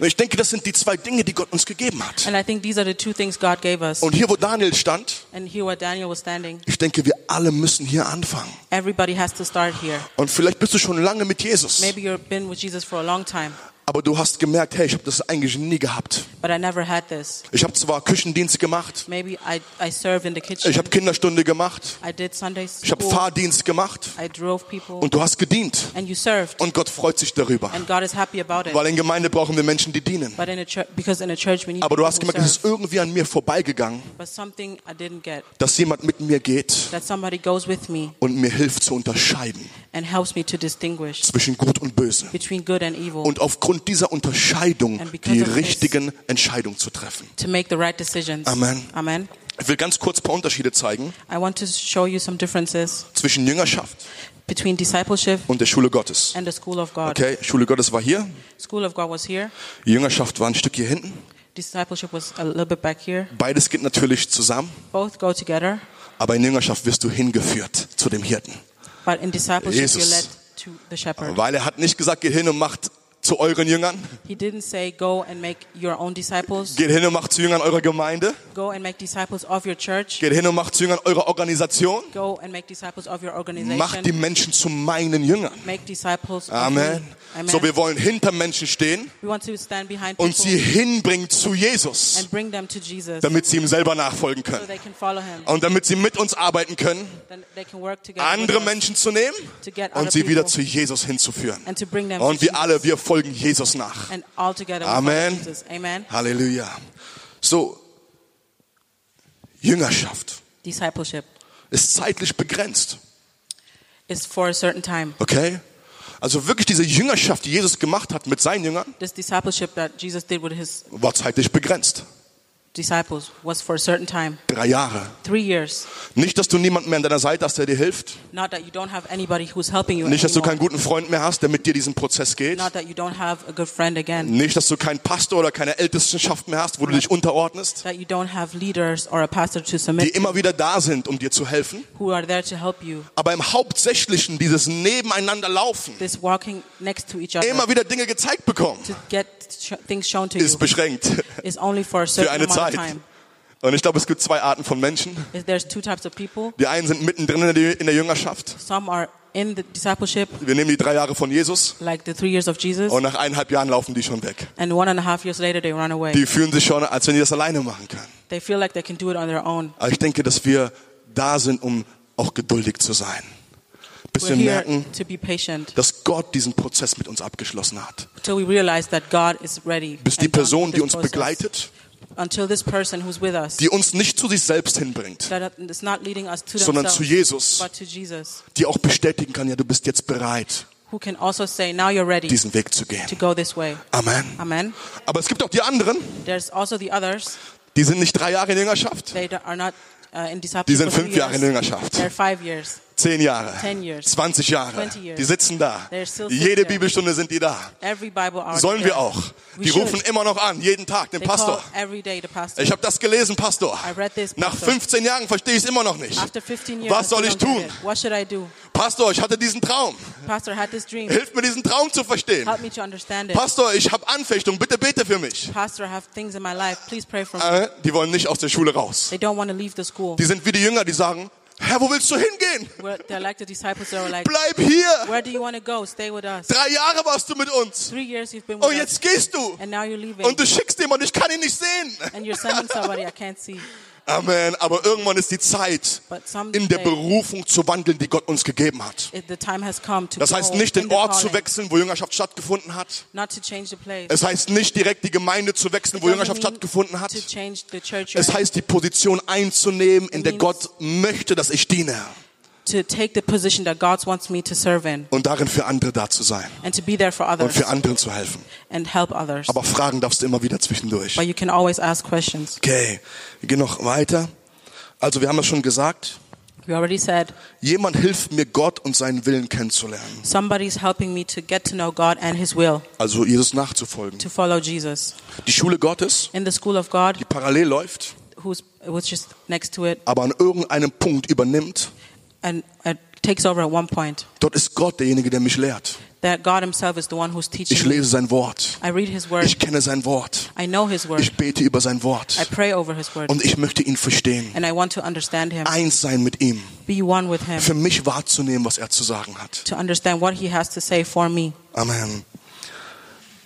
A: Und ich denke, das sind die zwei Dinge, die Gott uns gegeben hat.
B: And I think these are the two things God gave us.
A: Und hier, wo Daniel stand,
B: And here where Daniel was standing,
A: ich denke, wir alle müssen hier anfangen.
B: everybody has to start here.
A: Und vielleicht bist du schon lange mit Jesus,
B: Maybe you've been with Jesus for a long time,
A: aber du hast gemerkt, hey, ich habe das eigentlich nie gehabt.
B: but I never had this.
A: Ich habe zwar Küchendienst gemacht,
B: Maybe I, I served in the
A: ich
B: kitchen.
A: habe Kinderstunde gemacht,
B: I did Sunday
A: ich habe
B: school.
A: Fahrdienst gemacht
B: I drove people.
A: und du hast gedient.
B: And you served.
A: Und Gott freut sich darüber,
B: And God is happy about it.
A: weil in Gemeinde brauchen wir Menschen, die dienen.
B: But in a church, because in a church we need
A: Aber du
B: people
A: hast
B: who
A: gemerkt, es
B: serve.
A: ist irgendwie an mir vorbeigegangen,
B: But something I didn't get
A: dass jemand mit mir geht
B: that somebody goes with me
A: und mir hilft zu unterscheiden
B: and helps me to distinguish
A: zwischen Gut und Böse.
B: between good and evil
A: Und aufgrund dieser Unterscheidung
B: And because
A: die
B: of this-
A: richtigen Entscheidungen zu treffen.
B: to make the right decisions.
A: Amen.
B: Amen.
A: Ich will ganz kurz ein paar Unterschiede zeigen
B: I want to show you some differences
A: zwischen Jüngerschaft
B: between discipleship
A: und der Schule Gottes.
B: and the school of God.
A: Okay, Schule Gottes war hier,
B: School of God was here.
A: Jüngerschaft war ein Stück hier hinten.
B: Discipleship was a little bit back here.
A: Beides geht natürlich zusammen,
B: Both go together,
A: aber in Jüngerschaft wirst du hingeführt zu dem Hirten.
B: but in discipleship
A: Jesus.
B: you're led to the shepherd.
A: Weil er hat nicht gesagt, geht hin und macht zu euren Jüngern,
B: He didn't say go and make your own disciples.
A: geht hin und macht zu Jüngern eurer Gemeinde,
B: Go and make disciples of your church.
A: geht hin und macht zu Jüngern eurer Organisation.
B: Go and make disciples of your
A: Macht die
B: organization.
A: Menschen zu meinen Jüngern.
B: Make disciples of
A: Amen.
B: me. Amen.
A: So, wir wollen hinter Menschen stehen
B: we want to stand behind
A: und sie
B: people
A: hinbringen zu Jesus,
B: and bring them to Jesus
A: damit sie ihm selber nachfolgen
B: so
A: können.
B: they can follow him.
A: Und damit sie mit uns arbeiten können,
B: Then they can work together with
A: andere
B: us
A: Menschen zu nehmen
B: to get other
A: und sie wieder
B: people
A: zu Jesus hinzuführen.
B: and to bring them
A: Und
B: to
A: wir
B: Jesus.
A: alle, wir folgen Jesus nach.
B: and all together we
A: Amen.
B: follow Jesus. Amen.
A: Halleluja. So, Jüngerschaft
B: Discipleship
A: ist zeitlich begrenzt.
B: is for a certain time.
A: Okay? Also wirklich diese Jüngerschaft, die Jesus gemacht hat mit seinen Jüngern,
B: This discipleship that Jesus did with his
A: war zeitlich begrenzt.
B: disciples was for a certain time.
A: Drei Jahre.
B: Three years.
A: Nicht, dass du niemanden mehr an deiner Seite hast, der dir hilft.
B: Not that you don't have anybody who's helping you
A: Nicht, dass du
B: anymore.
A: keinen guten Freund mehr hast, der mit dir diesen Prozess geht.
B: Not that you don't have a good friend again.
A: Nicht, dass du keinen Pastor oder keine Ältestenschaft mehr hast, wo du dich unterordnest,
B: That you don't have leaders or a pastor to
A: die
B: submit
A: immer wieder da sind, um dir zu helfen.
B: who are there to help you.
A: Aber im Hauptsächlichen dieses Nebeneinanderlaufen,
B: This walking next to each other
A: immer wieder Dinge gezeigt bekommen,
B: to get sh- things shown to
A: ist
B: you
A: beschränkt
B: is only for a
A: für
B: certain
A: eine
B: amount
A: Zeit.
B: of time.
A: Und ich glaube, es gibt zwei Arten von Menschen.
B: Is There's two types of people.
A: Die einen sind mittendrin in der- in der Jüngerschaft.
B: Some are in the discipleship,
A: Wir nehmen die drei Jahre von Jesus
B: like the three years of Jesus,
A: und nach eineinhalb Jahren laufen die schon weg.
B: and one and a half years later they run away.
A: Die fühlen sich schon, als wenn die das alleine machen können.
B: They feel like they can do it on their own.
A: Aber ich denke, dass wir da sind, um auch geduldig zu sein. Bis
B: We're
A: wir
B: here
A: merken,
B: to be patient
A: dass Gott diesen Prozess mit uns abgeschlossen hat.
B: till we realize that God is ready.
A: Bis die
B: and
A: Person, die
B: done with this
A: uns
B: process.
A: begleitet,
B: Until this person who's with us,
A: die uns nicht zu sich selbst hinbringt,
B: that is not leading us to
A: sondern zu
B: themselves,
A: Jesus,
B: but to Jesus,
A: die auch bestätigen kann, ja, du bist jetzt bereit,
B: who can also say, "Now you're ready
A: diesen Weg zu
B: to
A: gehen.
B: go this way."
A: Amen.
B: Amen.
A: Aber es gibt auch die anderen,
B: There's also the others.
A: die sind nicht drei Jahre in Jüngerschaft,
B: They are not uh, in discipleship.
A: die sind
B: for
A: fünf
B: three
A: Jahre in
B: years.
A: Jüngerschaft.
B: They're five years.
A: Zehn Jahre,
B: 10 years.
A: 20 Jahre,
B: 20 years.
A: die sitzen da.
B: They're still sitting
A: Jede
B: there.
A: Bibelstunde sind die da.
B: Every Bible hour
A: Sollen wir
B: together.
A: auch.
B: We
A: Die
B: should.
A: rufen immer noch an, jeden Tag, den
B: They
A: Pastor.
B: call every day the pastor.
A: Ich habe das gelesen, Pastor.
B: I read this,
A: Nach
B: Pastor. Ah.
A: 15 Jahren verstehe ich es immer noch nicht.
B: After 15 years,
A: Was
B: I still
A: soll ich
B: don't
A: tun?
B: get it. What should I do?
A: Pastor, ich hatte diesen Traum.
B: Pastor I had this dream.
A: Hilf mir, diesen Traum zu verstehen.
B: Help me to understand it.
A: Pastor, ich habe Anfechtung. Bitte bete für mich.
B: Pastor, I have things in my life. Please pray for me.
A: Äh, die wollen nicht aus der Schule raus.
B: They don't want to leave the school.
A: Die sind wie die Jünger, die sagen, Herr, wo willst du hingehen?
B: We're- They're like the disciples that were like,
A: Bleib hier.
B: Where do you want to go? Stay with us.
A: Drei Jahre warst du mit uns.
B: Three years you've been with
A: Und jetzt
B: us,
A: gehst du.
B: and now you're leaving.
A: Und du schickst jemanden, ich kann ihn nicht sehen.
B: and you're sending somebody I can't see.
A: Amen. Aber irgendwann ist die Zeit,
B: But someday,
A: in der Berufung zu wandeln, die Gott uns gegeben hat.
B: it- the time has come to
A: Das heißt
B: go
A: nicht,
B: Oh, in
A: den
B: the
A: Ort zu
B: calling,
A: wechseln, wo Jüngerschaft stattgefunden hat.
B: not to change the place.
A: Es heißt nicht, direkt die Gemeinde zu wechseln, wo
B: Doesn't
A: Jüngerschaft
B: mean
A: stattgefunden hat.
B: To change the church you're
A: Es heißt, die Position einzunehmen, in der
B: means-
A: Gott möchte, dass ich diene.
B: in, to take the position that God wants me to serve in
A: Und darin für andere da zu sein.
B: and to be there for
A: Und
B: others
A: für anderen zu helfen.
B: and help others.
A: Aber fragen darfst du immer wieder zwischendurch.
B: But you can always ask questions.
A: Okay, wir gehen noch weiter. Also wir haben das schon gesagt.
B: We already said
A: Jemand hilft mir, Gott und seinen Willen kennenzulernen.
B: somebody's helping me to get to know God and His will
A: Also Jesus nachzufolgen.
B: to follow Jesus
A: Die Schule Gottes,
B: in the school of God,
A: die parallel läuft,
B: who's which is next to it
A: aber an irgendeinem Punkt übernimmt.
B: and it takes over at one point.
A: Dort ist Gott derjenige, der mich lehrt.
B: That God Himself is the one who's teaching.
A: Ich
B: me.
A: lese sein Wort.
B: I read His word.
A: Ich kenne sein Wort.
B: I know His word.
A: Ich bete über sein
B: I
A: Wort.
B: pray over His word.
A: Und ich möchte ihn verstehen.
B: And I want to understand Him,
A: Eins sein mit ihm.
B: be one with Him,
A: Für mich wahrzunehmen, was er zu sagen hat.
B: to understand what He has to say for me.
A: Amen.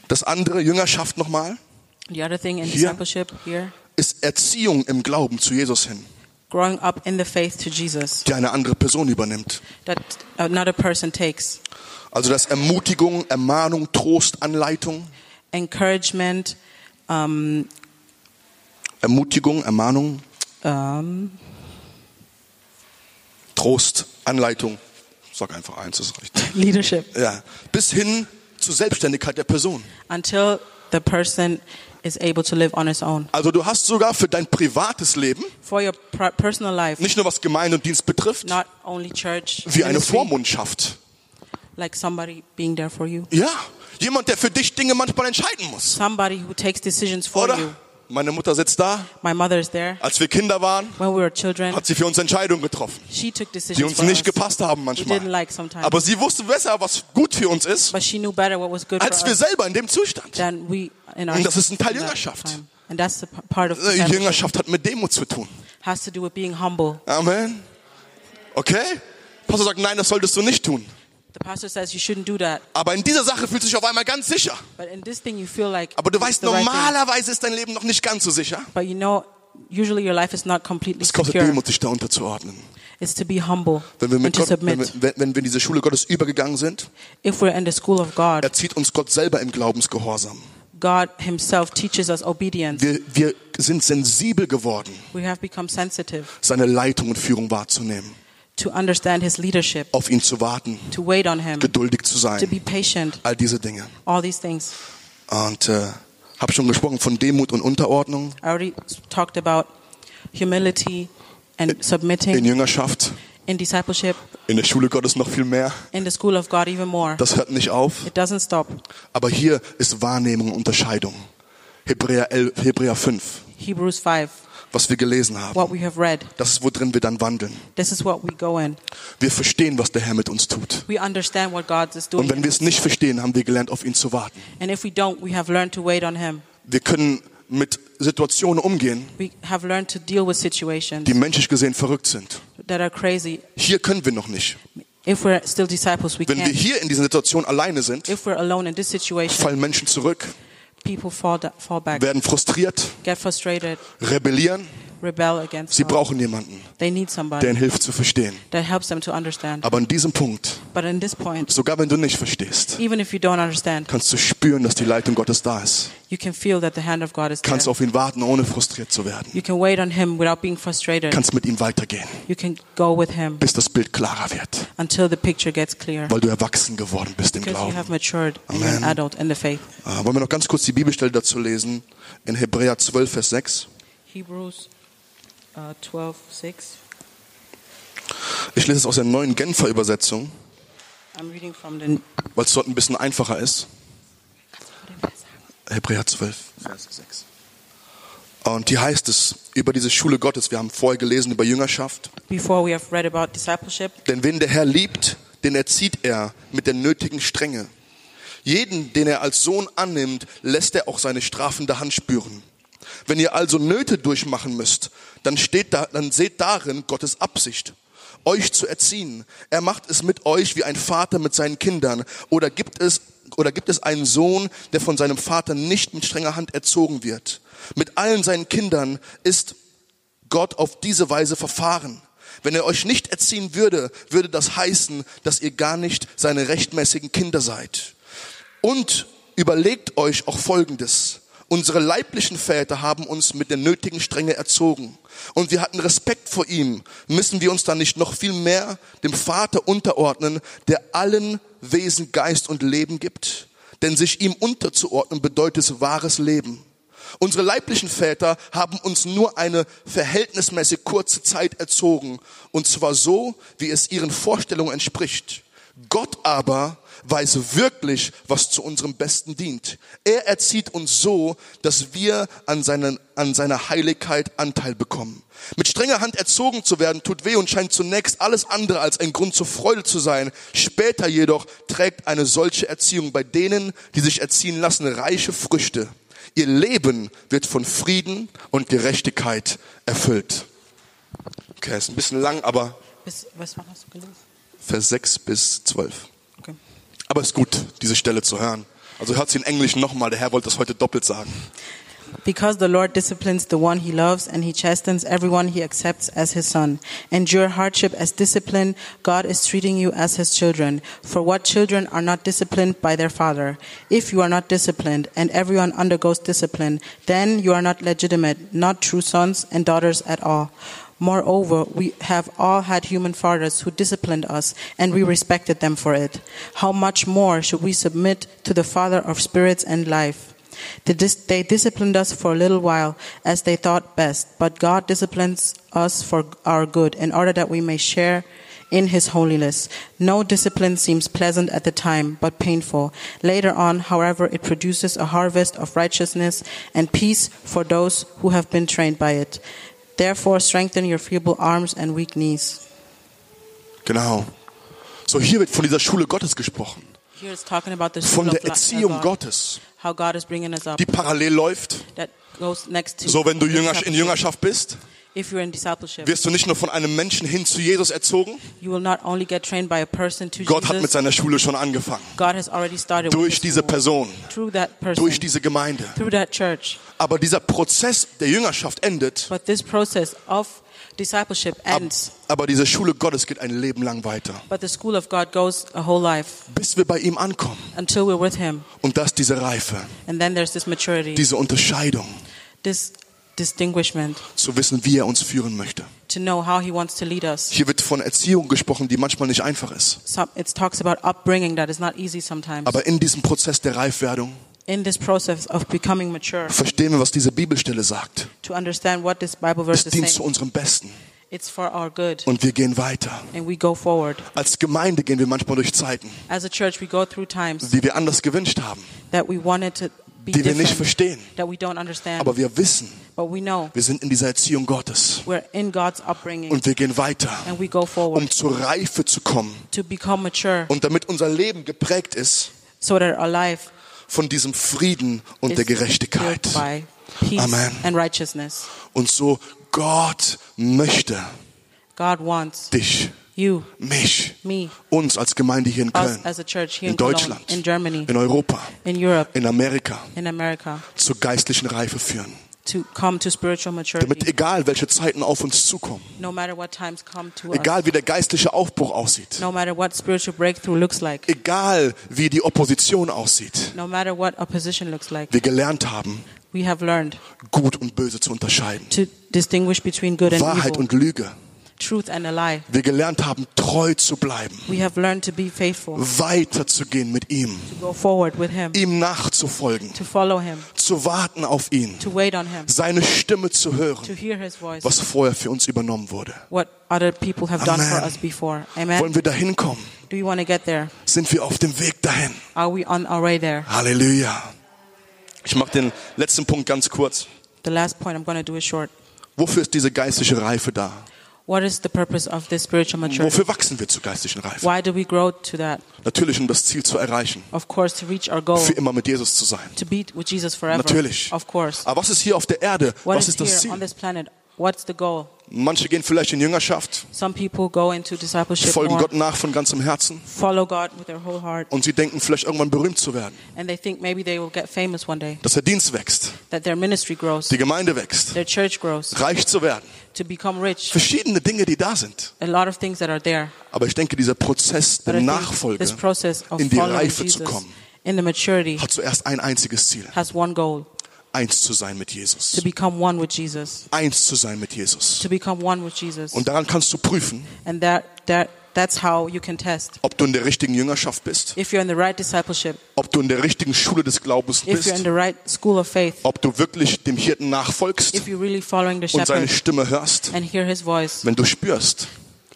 A: Das andere, Jüngerschaft nochmal,
B: The other thing in
A: Hier.
B: discipleship here,
A: ist Erziehung im Glauben zu Jesus hin,
B: growing up in the faith to Jesus
A: die eine andere Person übernimmt.
B: that another person takes.
A: Also das Ermutigung, Ermahnung, Trost, Anleitung.
B: Encouragement, um,
A: Ermutigung, Ermahnung,
B: um,
A: Trost, Anleitung. Sag einfach eins, das reicht.
B: leadership
A: Ja. Bis hin zur Selbstständigkeit der Person.
B: until the person is able to live on his own.
A: Also du hast sogar für dein privates Leben,
B: For your pr- personal life,
A: nicht nur was Gemeinde und Dienst betrifft,
B: not only church,
A: wie eine
B: ministry,
A: Vormundschaft.
B: like somebody being there for you,
A: Ja, jemand, der für dich Dinge manchmal entscheiden muss.
B: somebody who takes decisions for you.
A: Oder? Meine Mutter sitzt da,
B: My mother is there.
A: als wir Kinder waren,
B: When we were children,
A: hat sie für uns Entscheidungen getroffen,
B: she took
A: die
B: decisions
A: uns
B: for
A: nicht
B: us.
A: gepasst haben
B: We didn't
A: manchmal.
B: like sometimes,
A: Aber sie wusste besser, was gut für uns ist,
B: but she knew better what was good
A: als
B: for
A: wir
B: us
A: selber in dem Zustand.
B: than we in our.
A: Und das ist ein Teil
B: in that
A: Jüngerschaft.
B: time. And that's the p- part of
A: Äh,
B: discipleship.
A: Jüngerschaft hat mit Demut zu tun.
B: has to do with being humble.
A: Amen. Okay? Pastor sagt, nein, das solltest du nicht tun.
B: The pastor says you shouldn't do that,
A: Aber in dieser Sache fühlst du dich auf einmal ganz sicher.
B: but in this thing you feel like.
A: Aber du
B: it's
A: weißt,
B: the right thing.
A: normalerweise ist dein Leben noch nicht ganz so sicher.
B: But you know, usually your life is not completely
A: Es kostet
B: secure.
A: Demut, sich da unterzuordnen.
B: It's to be humble
A: Wenn wir,
B: and
A: mit
B: to
A: Gott, wenn,
B: submit.
A: wir, wenn- wenn wir in diese Schule Gottes übergegangen sind,
B: If we're in the school of God,
A: erzieht uns Gott selber im Glaubensgehorsam.
B: God Himself teaches us obedience.
A: Wir, wir sind sensibel geworden,
B: We have become sensitive
A: seine Leitung und Führung wahrzunehmen,
B: to understand His leadership,
A: auf ihn zu warten,
B: to wait on Him,
A: geduldig zu
B: to be
A: sein,
B: patient,
A: all diese Dinge.
B: all these things.
A: Und äh, habe schon gesprochen von Demut und Unterordnung
B: I already s- talked about humility and
A: in
B: submitting
A: Jüngerschaft,
B: in discipleship,
A: in der Schule Gottes noch viel mehr.
B: in the school of God, even more.
A: Das hört nicht auf.
B: It doesn't stop.
A: Aber hier ist Wahrnehmung und Unterscheidung. Hebräer, 11, Hebräer 5,
B: Hebrews 5,
A: was wir gelesen haben.
B: what we have read.
A: Das ist, worin wir dann wandeln.
B: This is what we go in.
A: Wir verstehen, was der Herr mit uns tut.
B: We understand what God is doing.
A: Und wenn wir es nicht verstehen, haben wir gelernt, auf ihn zu warten.
B: And if we don't, we have learned to wait on Him.
A: Wir können mit Situationen umgehen,
B: We have learned to deal with situations
A: die menschlich gesehen verrückt sind.
B: that are crazy.
A: Hier können wir noch nicht.
B: If we're still disciples, we
A: Wenn wir
B: can't.
A: hier in diesen Situationen alleine sind,
B: If we're alone in this situation,
A: fallen Menschen zurück,
B: people fall, da- fall back,
A: werden frustriert,
B: get frustrated,
A: rebellieren.
B: rebel against
A: Sie
B: God.
A: brauchen jemanden,
B: They need
A: der
B: somebody
A: ihnen hilft zu verstehen.
B: that helps them to understand.
A: Aber an diesem Punkt,
B: But in this point,
A: sogar wenn du nicht verstehst,
B: even if you don't understand,
A: kannst du spüren, dass die Leitung Gottes da ist.
B: you can feel that the hand of God is there.
A: Kannst auf ihn warten, ohne frustriert zu werden.
B: You can wait on Him without being frustrated.
A: Kannst mit ihm weitergehen,
B: You can go with Him
A: bis das Bild klarer wird,
B: until the picture gets clear.
A: weil du erwachsen geworden bist im
B: Because you
A: Glauben.
B: have matured and you're an
A: Amen.
B: adult in the faith.
A: Ah, Wollen wir noch ganz kurz die Bibelstelle dazu lesen? In Hebräer 12, Vers 6.
B: Hebrews uh, 12, 6.
A: Ich lese es aus der neuen Genfer Übersetzung,
B: I'm reading from the.
A: weil es dort ein bisschen einfacher ist. Hebräer 12, Vers 6. Und hier heißt es über diese Schule Gottes, wir haben vorher gelesen über Jüngerschaft.
B: Before we have read about discipleship,
A: Denn wen der Herr liebt, den erzieht er mit der nötigen Strenge. Jeden, den er als Sohn annimmt, lässt er auch seine strafende Hand spüren. Wenn ihr also Nöte durchmachen müsst, dann, steht da, dann seht darin Gottes Absicht, euch zu erziehen. Er macht es mit euch wie ein Vater mit seinen Kindern. Oder gibt es, oder gibt es einen Sohn, der von seinem Vater nicht mit strenger Hand erzogen wird? Mit allen seinen Kindern ist Gott auf diese Weise verfahren. Wenn er euch nicht erziehen würde, würde das heißen, dass ihr gar nicht seine rechtmäßigen Kinder seid. Und überlegt euch auch Folgendes. Unsere leiblichen Väter haben uns mit der nötigen Strenge erzogen. Und wir hatten Respekt vor ihm. Müssen wir uns dann nicht noch viel mehr dem Vater unterordnen, der allen Wesen Geist und Leben gibt? Denn sich ihm unterzuordnen bedeutet wahres Leben. Unsere leiblichen Väter haben uns nur eine verhältnismäßig kurze Zeit erzogen, und zwar so, wie es ihren Vorstellungen entspricht. Gott aber weiß wirklich, was zu unserem Besten dient. Er erzieht uns so, dass wir an, seinen, an seiner Heiligkeit Anteil bekommen. Mit strenger Hand erzogen zu werden, tut weh und scheint zunächst alles andere als ein Grund zur Freude zu sein. Später jedoch trägt eine solche Erziehung bei denen, die sich erziehen lassen, reiche Früchte. Ihr Leben wird von Frieden und Gerechtigkeit erfüllt. Okay, ist ein bisschen lang, aber
B: bis, was war das gelesen?
A: Vers 6 bis 12.
B: Okay.
A: Aber es ist gut, diese Stelle zu hören. Also hört sie in Englisch nochmal, der Herr wollte das heute doppelt sagen.
B: Because the Lord disciplines the one he loves and he chastens everyone he accepts as his son. Endure hardship as discipline. God is treating you as his children. For what children are not disciplined by their father? If you are not disciplined and everyone undergoes discipline, then you are not legitimate, not true sons and daughters at all. Moreover, we have all had human fathers who disciplined us, and we respected them for it. How much more should we submit to the Father of spirits and life? They, dis- they disciplined us for a little while as they thought best, but God disciplines us for our good in order that we may share in His holiness. No discipline seems pleasant at the time, but painful. Later on, however, it produces a harvest of righteousness and peace for those who have been trained by it. Therefore, strengthen your feeble arms and weak knees.
A: Genau. So, hier wird von dieser Schule Gottes gesprochen.
B: Here it's talking about the
A: Von
B: school
A: der
B: of li-
A: Erziehung
B: God,
A: Gottes,
B: How God is bringing us up.
A: die parallel läuft.
B: That goes next to
A: So, wenn du Jünger- in
B: discipleship.
A: Jüngerschaft bist,
B: If you're in discipleship,
A: wirst du nicht nur von einem Menschen hin zu Jesus erzogen.
B: you will not only get trained by a person to
A: Gott hat mit
B: Jesus.
A: seiner Schule schon angefangen.
B: God has already started with
A: Durch
B: his
A: diese
B: school,
A: Person,
B: through that person,
A: durch diese Gemeinde.
B: through that church.
A: Aber dieser Prozess der Jüngerschaft endet,
B: But this process of discipleship
A: ab-
B: ends.
A: aber diese Schule Gottes geht ein Leben lang weiter,
B: But the school of God goes a whole life
A: bis wir bei ihm ankommen.
B: until we're with Him,
A: Und das ist diese Reife,
B: and then there's this maturity,
A: diese Unterscheidung,
B: this distinguishment
A: zu wissen, wie er uns führen möchte.
B: to know how He wants to lead us.
A: Hier wird von Erziehung gesprochen, die manchmal nicht einfach ist.
B: some, it talks about upbringing that is not easy sometimes.
A: Aber in diesem Prozess der Reifwerdung
B: In this process of becoming mature,
A: verstehen wir, was diese Bibelstelle sagt.
B: to understand what this Bible
A: Es
B: verse is
A: dient zu
B: saying,
A: unserem Besten
B: it's for our good,
A: und wir gehen weiter.
B: and we go forward.
A: Als Gemeinde gehen wir manchmal durch Zeiten,
B: As a church, we go through times
A: die wir anders gewünscht haben,
B: that we wanted to be
A: die wir nicht
B: different,
A: verstehen.
B: that we don't understand,
A: Aber wir wissen,
B: but we know
A: wir sind in dieser Erziehung Gottes
B: we're in God's upbringing,
A: und wir gehen weiter,
B: and we go
A: um
B: forward
A: zur Reife zu kommen.
B: to become mature,
A: Und damit unser Leben geprägt ist
B: so that our life
A: von diesem Frieden und der
B: is
A: Gerechtigkeit.
B: built by peace
A: Amen.
B: and righteousness.
A: Und so, Gott möchte
B: God wants
A: dich,
B: you,
A: mich,
B: me,
A: uns als Gemeinde hier in
B: us
A: Köln,
B: as a church here
A: in
B: in, Cologne,
A: Deutschland,
B: in Germany,
A: in Europa,
B: in Europe,
A: in Amerika
B: in America.
A: zur geistlichen Reife führen.
B: to come to spiritual
A: Damit
B: maturity,
A: egal welche Zeiten auf uns zukommen,
B: no matter what times come to us,
A: egal wie der geistliche Aufbruch aussieht,
B: no matter what spiritual breakthrough looks like,
A: egal wie die Opposition aussieht,
B: no matter what opposition looks like,
A: wir gelernt haben,
B: we have learned
A: gut und böse zu unterscheiden,
B: to distinguish between good and
A: Wahrheit
B: evil,
A: und Lüge,
B: truth and a lie.
A: wir gelernt haben, treu zu bleiben,
B: We have learned to be faithful,
A: weiterzugehen mit ihm,
B: to go forward with Him,
A: ihm nachzufolgen,
B: to follow Him,
A: zu warten auf ihn,
B: to wait on Him,
A: seine Stimme zu
B: to
A: hören,
B: hear His voice,
A: was vorher für uns übernommen wurde.
B: what other people have done for
A: Amen.
B: us before. Amen.
A: Wollen wir dahin kommen?
B: Do you want to get there?
A: Sind wir auf dem Weg dahin?
B: Are we on our way there?
A: Halleluja. Ich mache den letzten Punkt ganz kurz.
B: The last point, I'm going to do it short.
A: Wofür ist diese geistliche Reife da?
B: What is the purpose of this spiritual maturity?
A: Wofür wachsen wir zur geistlichen Reife?
B: Why do we grow to that?
A: Natürlich, um das Ziel zu erreichen,
B: Of course, to reach our goal,
A: für immer mit Jesus zu sein.
B: to be with Jesus forever.
A: Natürlich.
B: Of course.
A: Aber was ist hier auf der Erde?
B: What
A: Was
B: is
A: ist das
B: here on
A: Ziel?
B: this planet? What's the goal?
A: Manche gehen vielleicht in Jüngerschaft,
B: Some people go into discipleship
A: folgen
B: more,
A: Gott nach von ganzem Herzen
B: follow God with their whole heart,
A: und sie denken vielleicht irgendwann berühmt zu werden,
B: and they think maybe they will get famous one day,
A: dass der Dienst wächst,
B: that their ministry grows,
A: die Gemeinde wächst,
B: their church grows,
A: reich zu werden.
B: to become rich.
A: Verschiedene Dinge, die da sind.
B: A lot of things that are there.
A: Aber ich denke, dieser Prozess der
B: But I think
A: Nachfolge
B: this process of
A: in die
B: following
A: Reife zu
B: Jesus,
A: kommen.
B: in the maturity,
A: hat zuerst ein einziges Ziel,
B: has one goal
A: eins zu sein mit
B: to
A: Jesus.
B: become one with Jesus.
A: Eins zu sein mit Jesus.
B: To become one with Jesus.
A: Und daran kannst du prüfen,
B: And that, that, that's how you can test.
A: ob du in der richtigen Jüngerschaft bist,
B: If you're in the right discipleship,
A: ob du in der richtigen Schule des Glaubens
B: if you're in
A: bist,
B: the right school of faith,
A: ob du wirklich dem Hirten nachfolgst
B: if you're really following the
A: und seine
B: shepherd
A: Stimme hörst,
B: and hear his voice,
A: wenn du spürst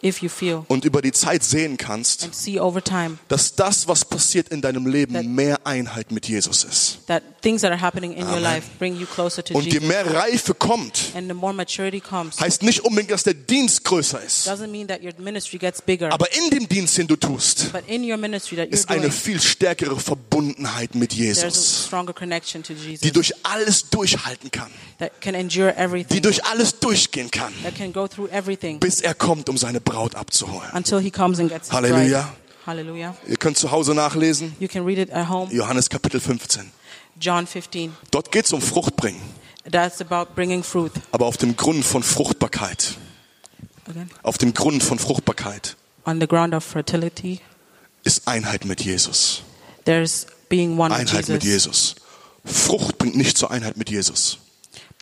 B: if you feel
A: und über die Zeit sehen kannst,
B: and see over time
A: dass das, was passiert in deinem
B: That-
A: Leben, mehr Einheit mit Jesus ist.
B: that things that are happening in your
A: Amen.
B: life bring you closer to
A: Und je
B: Jesus.
A: mehr Reife kommt,
B: And the more maturity comes,
A: heißt nicht unbedingt, dass der Dienst größer ist.
B: doesn't mean that your ministry gets bigger,
A: Aber in dem Dienst, den du tust,
B: but in your ministry that
A: ist
B: you're
A: eine
B: doing,
A: viel stärkere Verbundenheit mit
B: there's a
A: Jesus,
B: stronger connection to
A: die
B: Jesus
A: durch alles durchhalten kann,
B: that can endure
A: die
B: everything,
A: durch alles durchgehen kann,
B: that can go through everything
A: bis er kommt, um seine Braut abzuholen.
B: until he comes and gets his
A: Halleluja.
B: bride. Hallelujah.
A: Ihr könnt zu Hause nachlesen,
B: You can read it at home,
A: Johannes Kapitel 15.
B: John 15.
A: Dort geht es um Fruchtbringen,
B: That's about bringing fruit.
A: aber auf dem Grund von Fruchtbarkeit.
B: Again.
A: Auf dem Grund von Fruchtbarkeit
B: On the ground of fertility,
A: ist Einheit mit Jesus.
B: there's being one with
A: Einheit mit
B: Jesus.
A: Jesus. Frucht bringt nicht zur Einheit mit Jesus.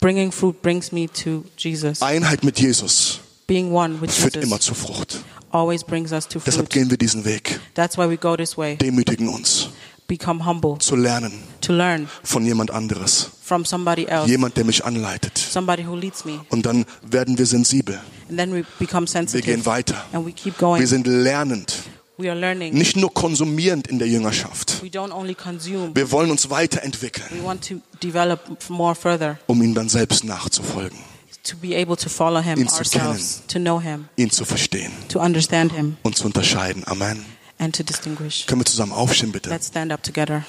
B: Bringing fruit brings me to Jesus.
A: Einheit mit Jesus
B: Being one with
A: führt immer
B: Jesus
A: zu Frucht.
B: always brings us to
A: Deshalb
B: fruit.
A: gehen wir diesen Weg,
B: That's why we go this way.
A: demütigen uns,
B: Become humble,
A: zu lernen,
B: to learn
A: von jemand anderes.
B: from somebody else,
A: Jemand, der mich anleitet.
B: somebody who leads me.
A: Und dann werden wir sensibel.
B: And then we become
A: Wir gehen
B: sensitive
A: weiter.
B: and we keep
A: Wir
B: going.
A: sind lernend.
B: We are learning.
A: Nicht nur konsumierend in der Jüngerschaft.
B: We don't only consume,
A: Wir wollen uns
B: we
A: weiterentwickeln,
B: want to develop more further
A: um ihm dann selbst nachzufolgen,
B: to be able to follow Him
A: Ihn zu
B: ourselves, to know Him,
A: ihn zu verstehen
B: to understand Him,
A: und zu unterscheiden. Amen.
B: and to distinguish.
A: Können wir zusammen aufstehen, bitte?
B: Let's stand up together.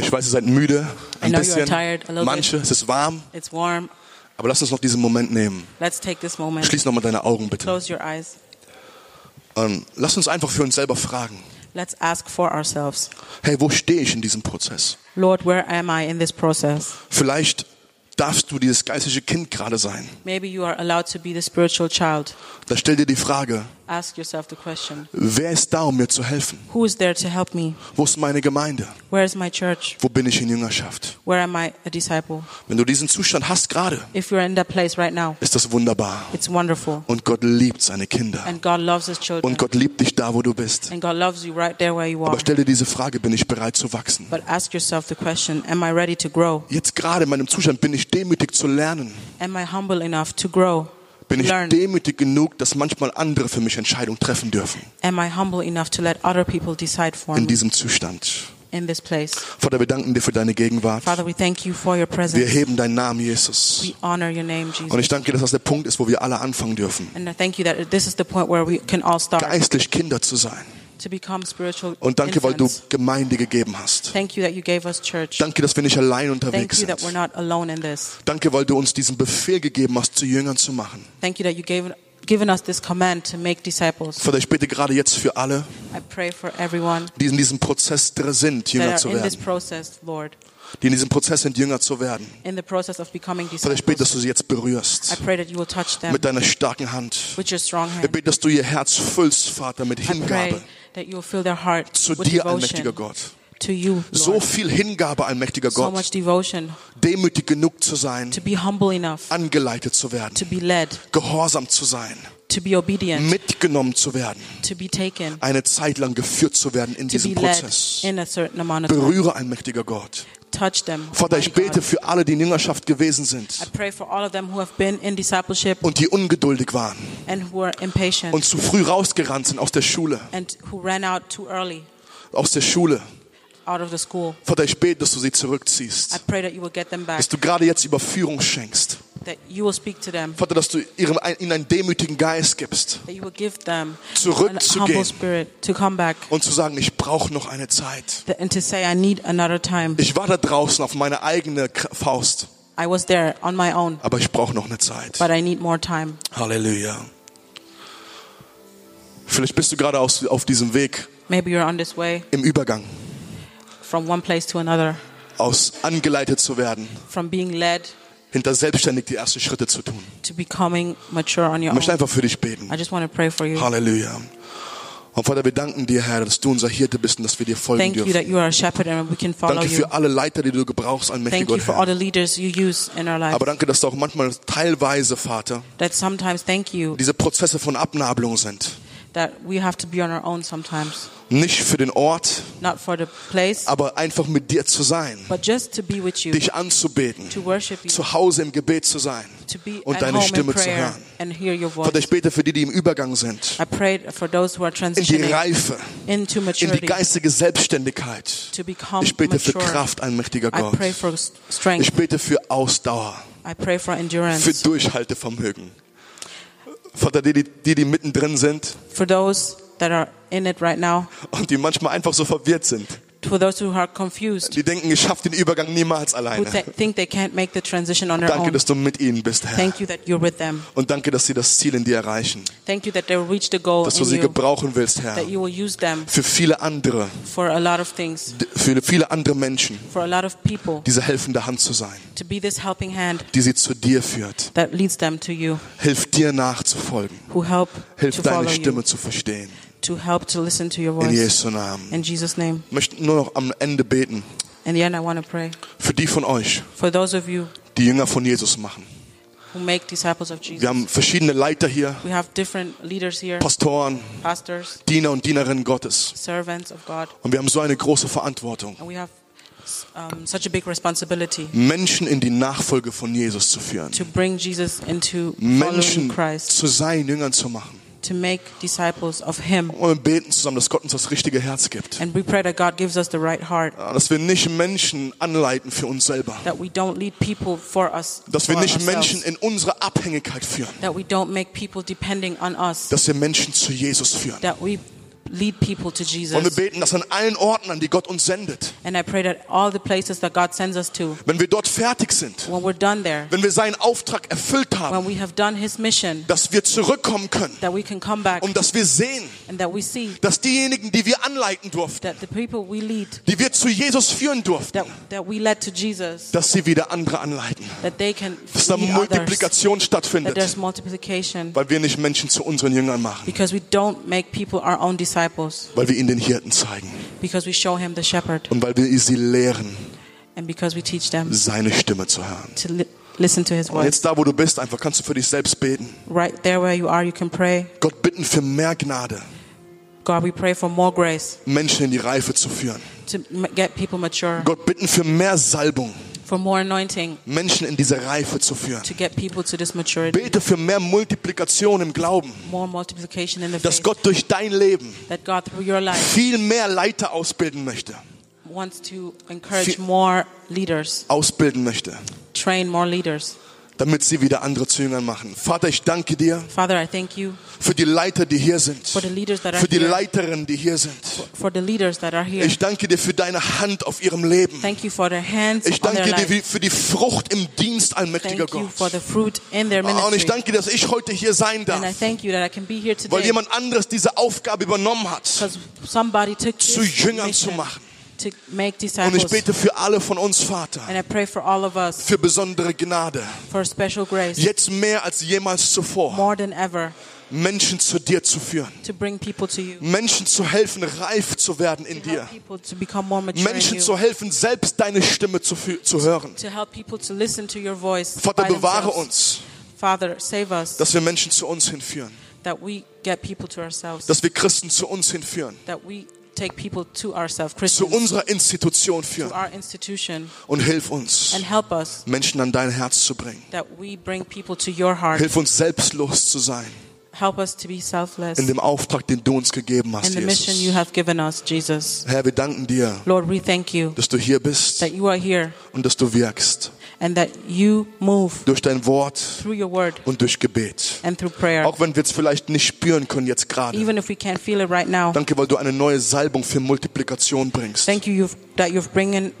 A: Ich weiß, ihr seid müde.
B: I
A: Ein
B: know you are
A: bisschen.
B: tired a little bit.
A: Manche, es ist warm.
B: It's warm.
A: Aber lass uns noch diesen Moment nehmen.
B: Let's take this moment.
A: Schließ nochmal deine Augen, bitte.
B: Close your eyes.
A: Ähm, lass uns einfach für uns selber fragen.
B: Let's ask for ourselves.
A: Hey, wo stehe ich in diesem Prozess?
B: Lord, where am I in this process?
A: Vielleicht darfst du dieses geistliche Kind gerade sein.
B: Maybe you are allowed to be the spiritual child.
A: Da stell dir die Frage,
B: Ask yourself the question
A: wer ist da, um mir zu helfen?
B: Who is there to help me?
A: Wo ist meine Gemeinde?
B: Where is my church?
A: Wo bin ich in Jüngerschaft?
B: Where am I a disciple?
A: Wenn du diesen Zustand hast gerade,
B: If you're in that place right now,
A: ist das wunderbar.
B: it's wonderful.
A: Und Gott liebt seine Kinder.
B: And God loves His children.
A: Und Gott liebt dich da, wo du bist.
B: And God loves you right there where you are.
A: Aber stell dir diese Frage, bin ich bereit zu wachsen?
B: But ask yourself the question Am I ready to grow?
A: Jetzt gerade in meinem Zustand bin ich demütig zu lernen.
B: Am I humble enough to grow?
A: Bin ich
B: Learn.
A: demütig genug, dass manchmal andere für mich Entscheidungen treffen dürfen
B: Am I humble enough to let other people decide for
A: in
B: me
A: diesem Zustand?
B: in this place?
A: Vater, wir danken dir für deine Gegenwart.
B: Father, we thank you for your
A: Wir
B: presence.
A: heben deinen Namen, Jesus.
B: We honor your name,
A: Und
B: Jesus.
A: ich danke dir, dass das der Punkt ist, wo wir alle anfangen dürfen,
B: And I thank you that this is the point where we can all start
A: geistlich Kinder zu sein.
B: to become spiritual
A: Und danke, weil du
B: infants.
A: Gemeinde gegeben hast.
B: Thank you that you gave us church.
A: Danke, dass wir nicht allein
B: Thank
A: unterwegs
B: you that we're
A: sind.
B: not alone in this.
A: Danke, weil du uns diesen Befehl gegeben hast, zu Jüngern zu machen.
B: Thank you that you gave given us this command to make disciples.
A: Vater, ich bitte gerade jetzt für alle,
B: I pray for everyone
A: die in diesem Prozess drin sind, Jünger
B: that
A: zu
B: are in this
A: werden.
B: process, Lord,
A: Die in diesem Prozess sind, Jünger zu werden.
B: in the process of becoming
A: Vater, ich bete, dass
B: disciples.
A: du sie jetzt
B: I
A: berührst.
B: pray that you will touch them
A: Mit deiner starken Hand.
B: with your strong
A: Ich
B: hand.
A: bete, dass du ihr Herz füllst, Vater, mit
B: I pray
A: Hingabe
B: that you will fill their heart
A: zu
B: with
A: dir,
B: devotion
A: allmächtiger Gott.
B: to you,
A: So
B: Lord.
A: viel Hingabe, allmächtiger
B: So
A: Gott,
B: much devotion,
A: demütig genug zu sein,
B: to be humble enough,
A: angeleitet zu werden,
B: to be led,
A: gehorsam zu sein,
B: to be obedient,
A: mitgenommen zu werden,
B: to be taken,
A: eine Zeit lang geführt zu werden in
B: to be
A: diesem
B: led
A: Prozess.
B: in a certain amount of time.
A: Berühre, allmächtiger Gott.
B: Touch them.
A: Vater,
B: Almighty
A: ich bete
B: God.
A: für alle, die in Jüngerschaft gewesen
B: I
A: sind
B: pray for all of them who have been in discipleship
A: und die ungeduldig waren
B: and who are impatient
A: und zu früh rausgerannt sind aus der Schule,
B: and who ran out too early
A: aus der Schule.
B: out of the school.
A: Vater, ich bete, dass du sie
B: I
A: zurückziehst,
B: pray that you will get them back,
A: dass du gerade jetzt Überführung schenkst.
B: that you will speak to them,
A: Vater, dass du ihrem, ihnen einen demütigen Geist gibst,
B: that you will give them a humble
A: zurückzugehen
B: spirit to come back
A: und zu sagen, ich brauche noch eine Zeit.
B: and to say, I need another time.
A: Ich war da draußen auf meine eigene K- Faust,
B: I was there on my own,
A: aber ich brauche noch eine Zeit.
B: but I need more time.
A: Halleluja. Vielleicht bist du gerade aus, auf diesem Weg
B: Maybe you're on this way
A: im Übergang,
B: from one place to another,
A: aus angeleitet zu werden,
B: from being led
A: hinter selbstständig die ersten Schritte zu tun.
B: to becoming mature on your
A: Ich möchte
B: own.
A: einfach für dich beten.
B: I just want to pray for you.
A: Halleluja. Und Vater, wir danken dir, Herr, dass du unser Hirte bist und dass wir dir folgen
B: Thank you that
A: dürfen.
B: you are a shepherd and we can follow
A: Danke
B: you.
A: für alle Leiter, die du gebrauchst, allmächtiger
B: Thank you
A: Gott,
B: for all
A: Herr.
B: the leaders you use in our life.
A: Aber danke, dass du auch manchmal teilweise, Vater,
B: That sometimes, thank you,
A: diese Prozesse von Abnabelung sind.
B: that we have to be on our own sometimes.
A: Nicht für den Ort,
B: Not for the place,
A: aber einfach mit dir zu sein,
B: but just to be with you,
A: dich anzubeten,
B: to worship you,
A: zu Hause im Gebet zu sein
B: to be
A: und
B: at
A: deine
B: home in
A: Stimme zu
B: prayer
A: hören.
B: and hear your voice.
A: Vater, ich bete für die, die im Übergang sind,
B: I prayed for those who are
A: in die
B: transitioning
A: Reife,
B: into
A: in die
B: maturity
A: geistige Selbstständigkeit.
B: to become
A: Ich bete für
B: mature.
A: Kraft, allmächtiger
B: I
A: Gott.
B: pray for s-
A: Ich
B: strength.
A: bete für Ausdauer,
B: I pray for
A: für
B: endurance.
A: Durchhaltevermögen. Vater, die, die, die, die mittendrin sind
B: For those that are in it right now,
A: und die manchmal einfach so verwirrt sind,
B: for those who are confused,
A: die denken, ich schaffe den Übergang niemals
B: who
A: alleine.
B: th- think they can't make the transition on their
A: Danke,
B: own.
A: dass du mit ihnen bist, Herr.
B: Thank you that you're with them.
A: Und danke, dass sie das Ziel in dir erreichen.
B: Thank you that they will reach the goal
A: Dass du
B: in
A: sie
B: you,
A: gebrauchen willst, Herr.
B: that you will use them
A: Für viele andere,
B: for a lot of things,
A: d- für viele andere Menschen,
B: for a lot of people,
A: diese helfende Hand zu sein,
B: to be this helping hand
A: die sie zu dir führt.
B: that leads them to you,
A: Hilf dir nachzufolgen.
B: who help
A: Hilf
B: to follow
A: deine Stimme
B: you,
A: zu verstehen.
B: to help to listen to your
A: In
B: voice.
A: Jesu Namen.
B: In Jesus' name.
A: Ich möchte nur noch am Ende beten.
B: In the end, I want to pray
A: Für die von euch,
B: for those of you
A: die Jünger von Jesus machen.
B: who make disciples of
A: Wir
B: Jesus.
A: haben verschiedene Leiter hier,
B: We have different leaders here,
A: Pastoren,
B: pastors,
A: Diener und Dienerinnen Gottes.
B: servants of God,
A: Und wir haben so eine große Verantwortung,
B: and we have um, such a big responsibility
A: Menschen in die Nachfolge von Jesus zu führen.
B: to bring Jesus into following
A: Menschen
B: Christ,
A: zu seinen Jüngern zu machen.
B: to make disciples of Him.
A: Und wir beten zusammen, dass Gott uns das richtige Herz gibt.
B: And we pray that God gives us the right heart,
A: Dass wir nicht Menschen anleiten für uns selber.
B: that we don't lead people for us,
A: Dass
B: for
A: wir nicht
B: ourselves,
A: Menschen in unsere Abhängigkeit führen.
B: that we don't make people depending on us,
A: Dass wir Menschen zu Jesus führen.
B: that we lead people to
A: Und wir
B: Jesus.
A: beten, dass an allen Orten, an die Gott uns sendet,
B: And I pray that all the places that God sends us to,
A: wenn wir dort fertig sind,
B: when we're done there,
A: wenn wir seinen Auftrag erfüllt
B: when
A: haben,
B: we have done His mission,
A: dass wir zurückkommen können
B: that we can come back
A: und dass wir sehen,
B: and that we see
A: dass diejenigen, die wir anleiten durften,
B: that the people we lead,
A: die wir zu Jesus führen durften,
B: that, that we led to Jesus,
A: dass sie wieder andere anleiten.
B: that they can
A: Dass da
B: lead others,
A: Multiplikation
B: that
A: stattfindet.
B: there's multiplication,
A: weil wir nicht Menschen zu unseren Jüngern machen,
B: because we don't make people our own disciples,
A: weil wir ihnen den Hirten zeigen
B: because we show Him the shepherd,
A: und weil wir sie lehren,
B: and because we teach them
A: seine Stimme zu hören.
B: to li- listen to His
A: Und
B: voice.
A: jetzt da, wo du bist, einfach kannst du für dich selbst beten.
B: Right there where you are, you can pray.
A: Gott bitten für mehr Gnade,
B: God, we pray for more grace
A: Menschen in die Reife zu führen.
B: to m- get people mature,
A: Gott bitten für mehr Salbung,
B: for more anointing
A: Menschen in diese Reife zu führen.
B: to get people to this maturity,
A: Bete für mehr Multiplikation im Glauben,
B: more multiplication in the
A: dass
B: faith,
A: Gott durch dein Leben
B: that God through your life
A: viel mehr Leiter ausbilden möchte,
B: wants to encourage
A: Fi-
B: more leaders,
A: ausbilden möchte,
B: train more leaders.
A: damit sie wieder andere zu Jüngern machen. Vater, ich danke dir
B: Father, I thank you
A: für die Leiter, die hier sind,
B: for the leaders that are
A: für die
B: here.
A: Leiterinnen, die hier sind.
B: for the leaders that are here.
A: Ich danke dir für deine Hand auf ihrem Leben.
B: Thank you for their hands
A: Ich
B: on
A: danke
B: their
A: dir
B: life.
A: wie- für die Frucht im Dienst, allmächtiger
B: Thank you
A: Gott.
B: for the fruit in their
A: Ah, Und ich
B: ministry.
A: danke dir, dass ich heute hier sein
B: And I
A: darf,
B: thank you that I can be here
A: weil
B: today
A: jemand anderes diese Aufgabe übernommen hat.
B: because somebody took
A: zu
B: this
A: Jüngern zu
B: mission
A: machen.
B: to make
A: Und ich
B: disciples.
A: bete für alle von uns, Vater,
B: And I pray for all of us
A: für besondere Gnade.
B: for special grace
A: Jetzt mehr als jemals zuvor.
B: more than ever.
A: Menschen zu dir zu führen.
B: to bring people to you,
A: Menschen zu helfen, reif zu werden in
B: to help
A: dir.
B: people to become more mature in
A: Menschen
B: you,
A: zu helfen, selbst deine Stimme zu, fü- zu hören.
B: to help people to listen to your voice.
A: Vater,
B: by
A: bewahre
B: themselves.
A: uns,
B: Father, save us
A: dass wir Menschen zu uns hinführen.
B: that we get people to ourselves,
A: Dass wir Christen zu uns hinführen.
B: that we take people to ourselves,
A: Zu
B: Christians,
A: unserer Institution
B: to
A: führen.
B: our institution,
A: Und hilf uns,
B: and help us
A: Menschen an dein Herz zu bringen.
B: that we bring people to your heart.
A: Hilf uns, selbstlos zu sein.
B: Help us to be selfless
A: In
B: in
A: dem Auftrag, den du uns gegeben hast,
B: the mission you
A: Jesus.
B: have given us, Jesus.
A: Herr, wir danken dir,
B: Lord, we thank you
A: dass du hier bist
B: that you are here
A: und dass du wirkst.
B: and that you move
A: Durch dein Wort
B: through your word
A: und durch Gebet.
B: and through prayer.
A: Auch wenn wir es vielleicht nicht spüren können jetzt gerade.
B: Even if we can't feel it right now,
A: Danke, weil du eine neue Salbung für Multiplikation bringst.
B: thank you you've, that you've bringing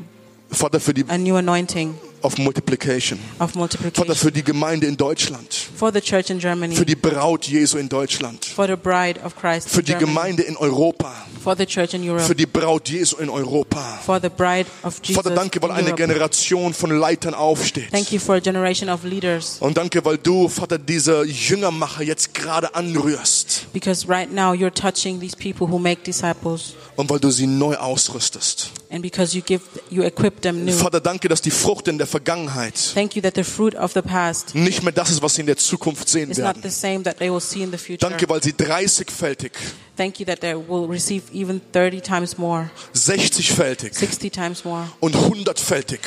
A: Vater, für die
B: a new anointing
A: auf Multiplication.
B: of
A: Vater,
B: multiplication
A: für die Gemeinde in Deutschland.
B: for the church in Germany,
A: Für die Braut Jesu in Deutschland.
B: for the bride of Christ
A: Für
B: in
A: die
B: Germany,
A: Gemeinde in Europa.
B: for the church in
A: Für
B: Europe,
A: die Braut Jesu in Europa.
B: for the bride of Jesus
A: Vater, danke, weil eine
B: in Europe.
A: Generation von Leitern aufsteht.
B: Thank you for a generation of leaders
A: Und danke, weil du, Vater, diese Jüngermacher jetzt gerade anrührst.
B: because right now you're touching these people who make disciples
A: Und weil du sie neu ausrüstest.
B: and because you give you equip them new.
A: Vater, danke, dass die Frucht in der Vergangenheit
B: Thank you that the fruit of the past
A: nicht mehr das ist, was sie in der Zukunft sehen
B: is not the
A: werden.
B: same that they will see in the future.
A: Danke, weil sie 30-fältig,
B: Thank you that they will receive even 30 times more,
A: 60-fältig
B: 60 times more,
A: und 100-fältig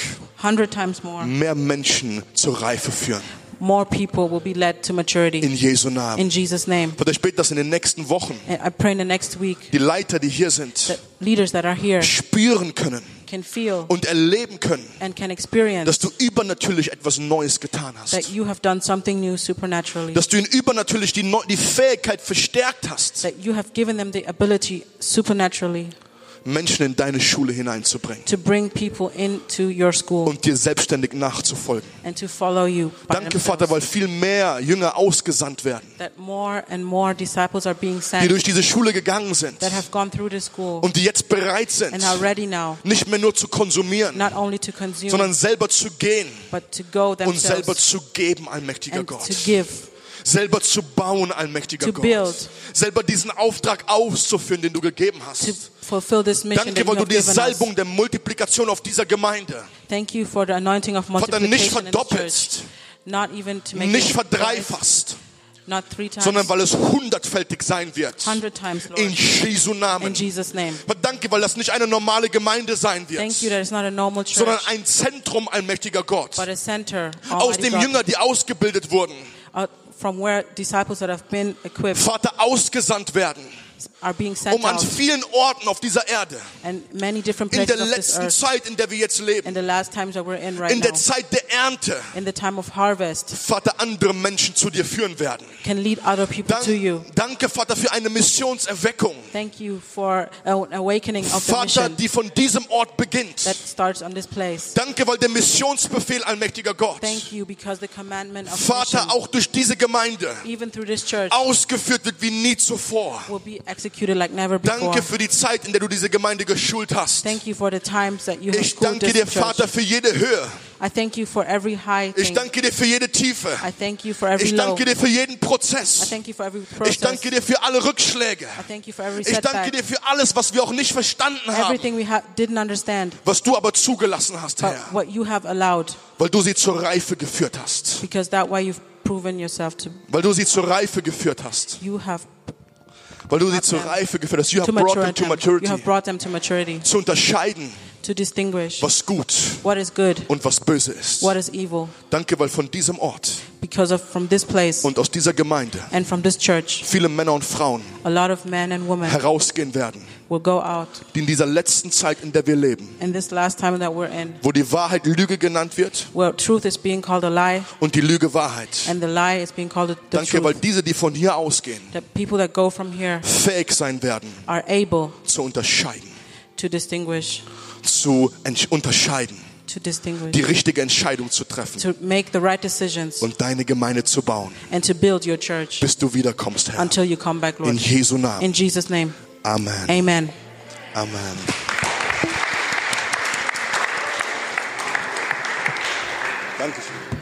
B: 100 times more.
A: mehr Menschen zur Reife führen.
B: More people will be led to maturity
A: In Jesu Namen.
B: in Jesus' name.
A: Vater, ich bete, dass in den nächsten Wochen
B: And I pray in the next week
A: die Leiter, die hier sind,
B: that leaders that are here
A: spüren können
B: can feel
A: und erleben können,
B: and can
A: dass
B: experience
A: du übernatürlich etwas Neues getan
B: that
A: hast.
B: you have done something new supernaturally,
A: Dass du ihnen übernatürlich die, Neu- die Fähigkeit verstärkt hast,
B: that you have given them the ability supernaturally
A: Menschen in deine Schule hineinzubringen
B: to bring people into your school
A: und dir selbstständig nachzufolgen.
B: and to follow you. by
A: Danke,
B: themselves.
A: Vater, weil viel mehr Jünger ausgesandt werden,
B: that more and more disciples are being
A: die
B: sent
A: durch diese Schule gegangen sind
B: that have gone through the school
A: und die jetzt bereit sind,
B: and are ready now
A: nicht mehr nur zu konsumieren,
B: not only to consume
A: sondern selber zu gehen
B: but to go
A: und selber
B: themselves
A: zu geben, allmächtiger
B: and
A: Gott.
B: to give
A: Selber zu bauen, allmächtiger
B: To
A: Gott.
B: build.
A: Selber diesen Auftrag auszuführen, den du gegeben
B: to
A: hast.
B: fulfill this mission that
A: Danke,
B: you
A: weil du
B: have
A: die
B: given us.
A: Salbung der Multiplikation auf dieser Gemeinde
B: Thank you for the anointing of
A: Vater, nicht
B: multiplication in the
A: verdoppelst.
B: church. Not even to make
A: nicht
B: it twice,
A: verdreifachst,
B: not three times,
A: sondern weil es hundertfältig sein wird.
B: 100 times, Lord,
A: In Jesu
B: in
A: Namen.
B: Jesus' name.
A: Aber Danke, weil das nicht eine normale Gemeinde sein wird,
B: Thank you that it's not a normal church,
A: sondern ein Zentrum, allmächtiger Gott.
B: but a center
A: Aus
B: Almighty
A: dem
B: God,
A: Jünger, die ausgebildet wurden,
B: out from where disciples that have been equipped
A: Vater, ausgesandt werden,
B: are being sent
A: um an
B: out
A: vielen Orten auf dieser Erde,
B: and many different
A: in der
B: places of this
A: letzten
B: earth.
A: Zeit, in der wir jetzt
B: in
A: leben,
B: the last times that we're in right
A: in der
B: now,
A: Zeit der Ernte,
B: in the time of harvest,
A: Vater, andere Menschen zu dir führen werden.
B: can lead other people to you.
A: Dank, danke, Vater, für eine Missionserweckung.
B: Thank you for an awakening of the
A: Vater,
B: mission
A: die von diesem Ort beginnt.
B: that starts on this place.
A: Danke, weil der Missionsbefehl allmächtiger Gott,
B: Thank you because the commandment of
A: Vater,
B: mission,
A: auch durch diese Gemeinde
B: even through this church,
A: ausgeführt wird wie nie zuvor.
B: will be executed like never before.
A: Danke für die Zeit, in der du diese Gemeinde geschult hast.
B: Thank you for the times that you have
A: Ich
B: schooled
A: danke dir,
B: this church.
A: Vater, für jede Höhe.
B: I thank you for every high
A: Ich
B: thing.
A: danke dir für jede Tiefe.
B: I thank you for every
A: Ich
B: low.
A: danke
B: I
A: dir für jeden Prozess.
B: thank you for every
A: Ich
B: process.
A: danke dir für alle Rückschläge.
B: I thank you for every
A: Ich danke
B: setback.
A: dir für alles, was wir auch nicht verstanden haben,
B: Everything we ha- didn't understand,
A: was du aber zugelassen hast,
B: but
A: Herr,
B: what you have allowed,
A: weil du sie zur Reife geführt hast.
B: because that way you've proven yourself to
A: Weil du sie zur Reife geführt hast.
B: You have
A: Weil du sie zur
B: them
A: Reife geführt hast. You
B: to
A: have brought them
B: mature
A: to
B: them. You
A: maturity.
B: have brought them to maturity
A: Zu unterscheiden,
B: to distinguish
A: was gut
B: what is good,
A: und was böse ist.
B: what is evil,
A: Danke, weil von diesem Ort
B: because of from this place
A: und aus dieser Gemeinde
B: and from this church,
A: viele Männer und Frauen
B: a lot of men and women
A: herausgehen werden,
B: will go out
A: die in dieser letzten Zeit, in der wir leben,
B: in this last time that we're in,
A: wo die Wahrheit Lüge genannt wird
B: where truth is being called a lie
A: und die Lüge Wahrheit.
B: and the lie is being called the the
A: Danke, weil
B: truth.
A: diese, die von hier ausgehen,
B: That people that go from here
A: fähig sein werden,
B: are able
A: zu unterscheiden,
B: to distinguish,
A: zu entsch- unterscheiden,
B: to
A: die
B: distinguish,
A: richtige Entscheidung zu treffen
B: to make the right decisions
A: und deine Gemeinde zu bauen,
B: and to build your church
A: bis du wiederkommst, Herr.
B: until you come back,
A: In
B: Lord.
A: Jesu Namen.
B: In Jesus' name,
A: Amen.
B: amen.
A: Amen. Dankeschön.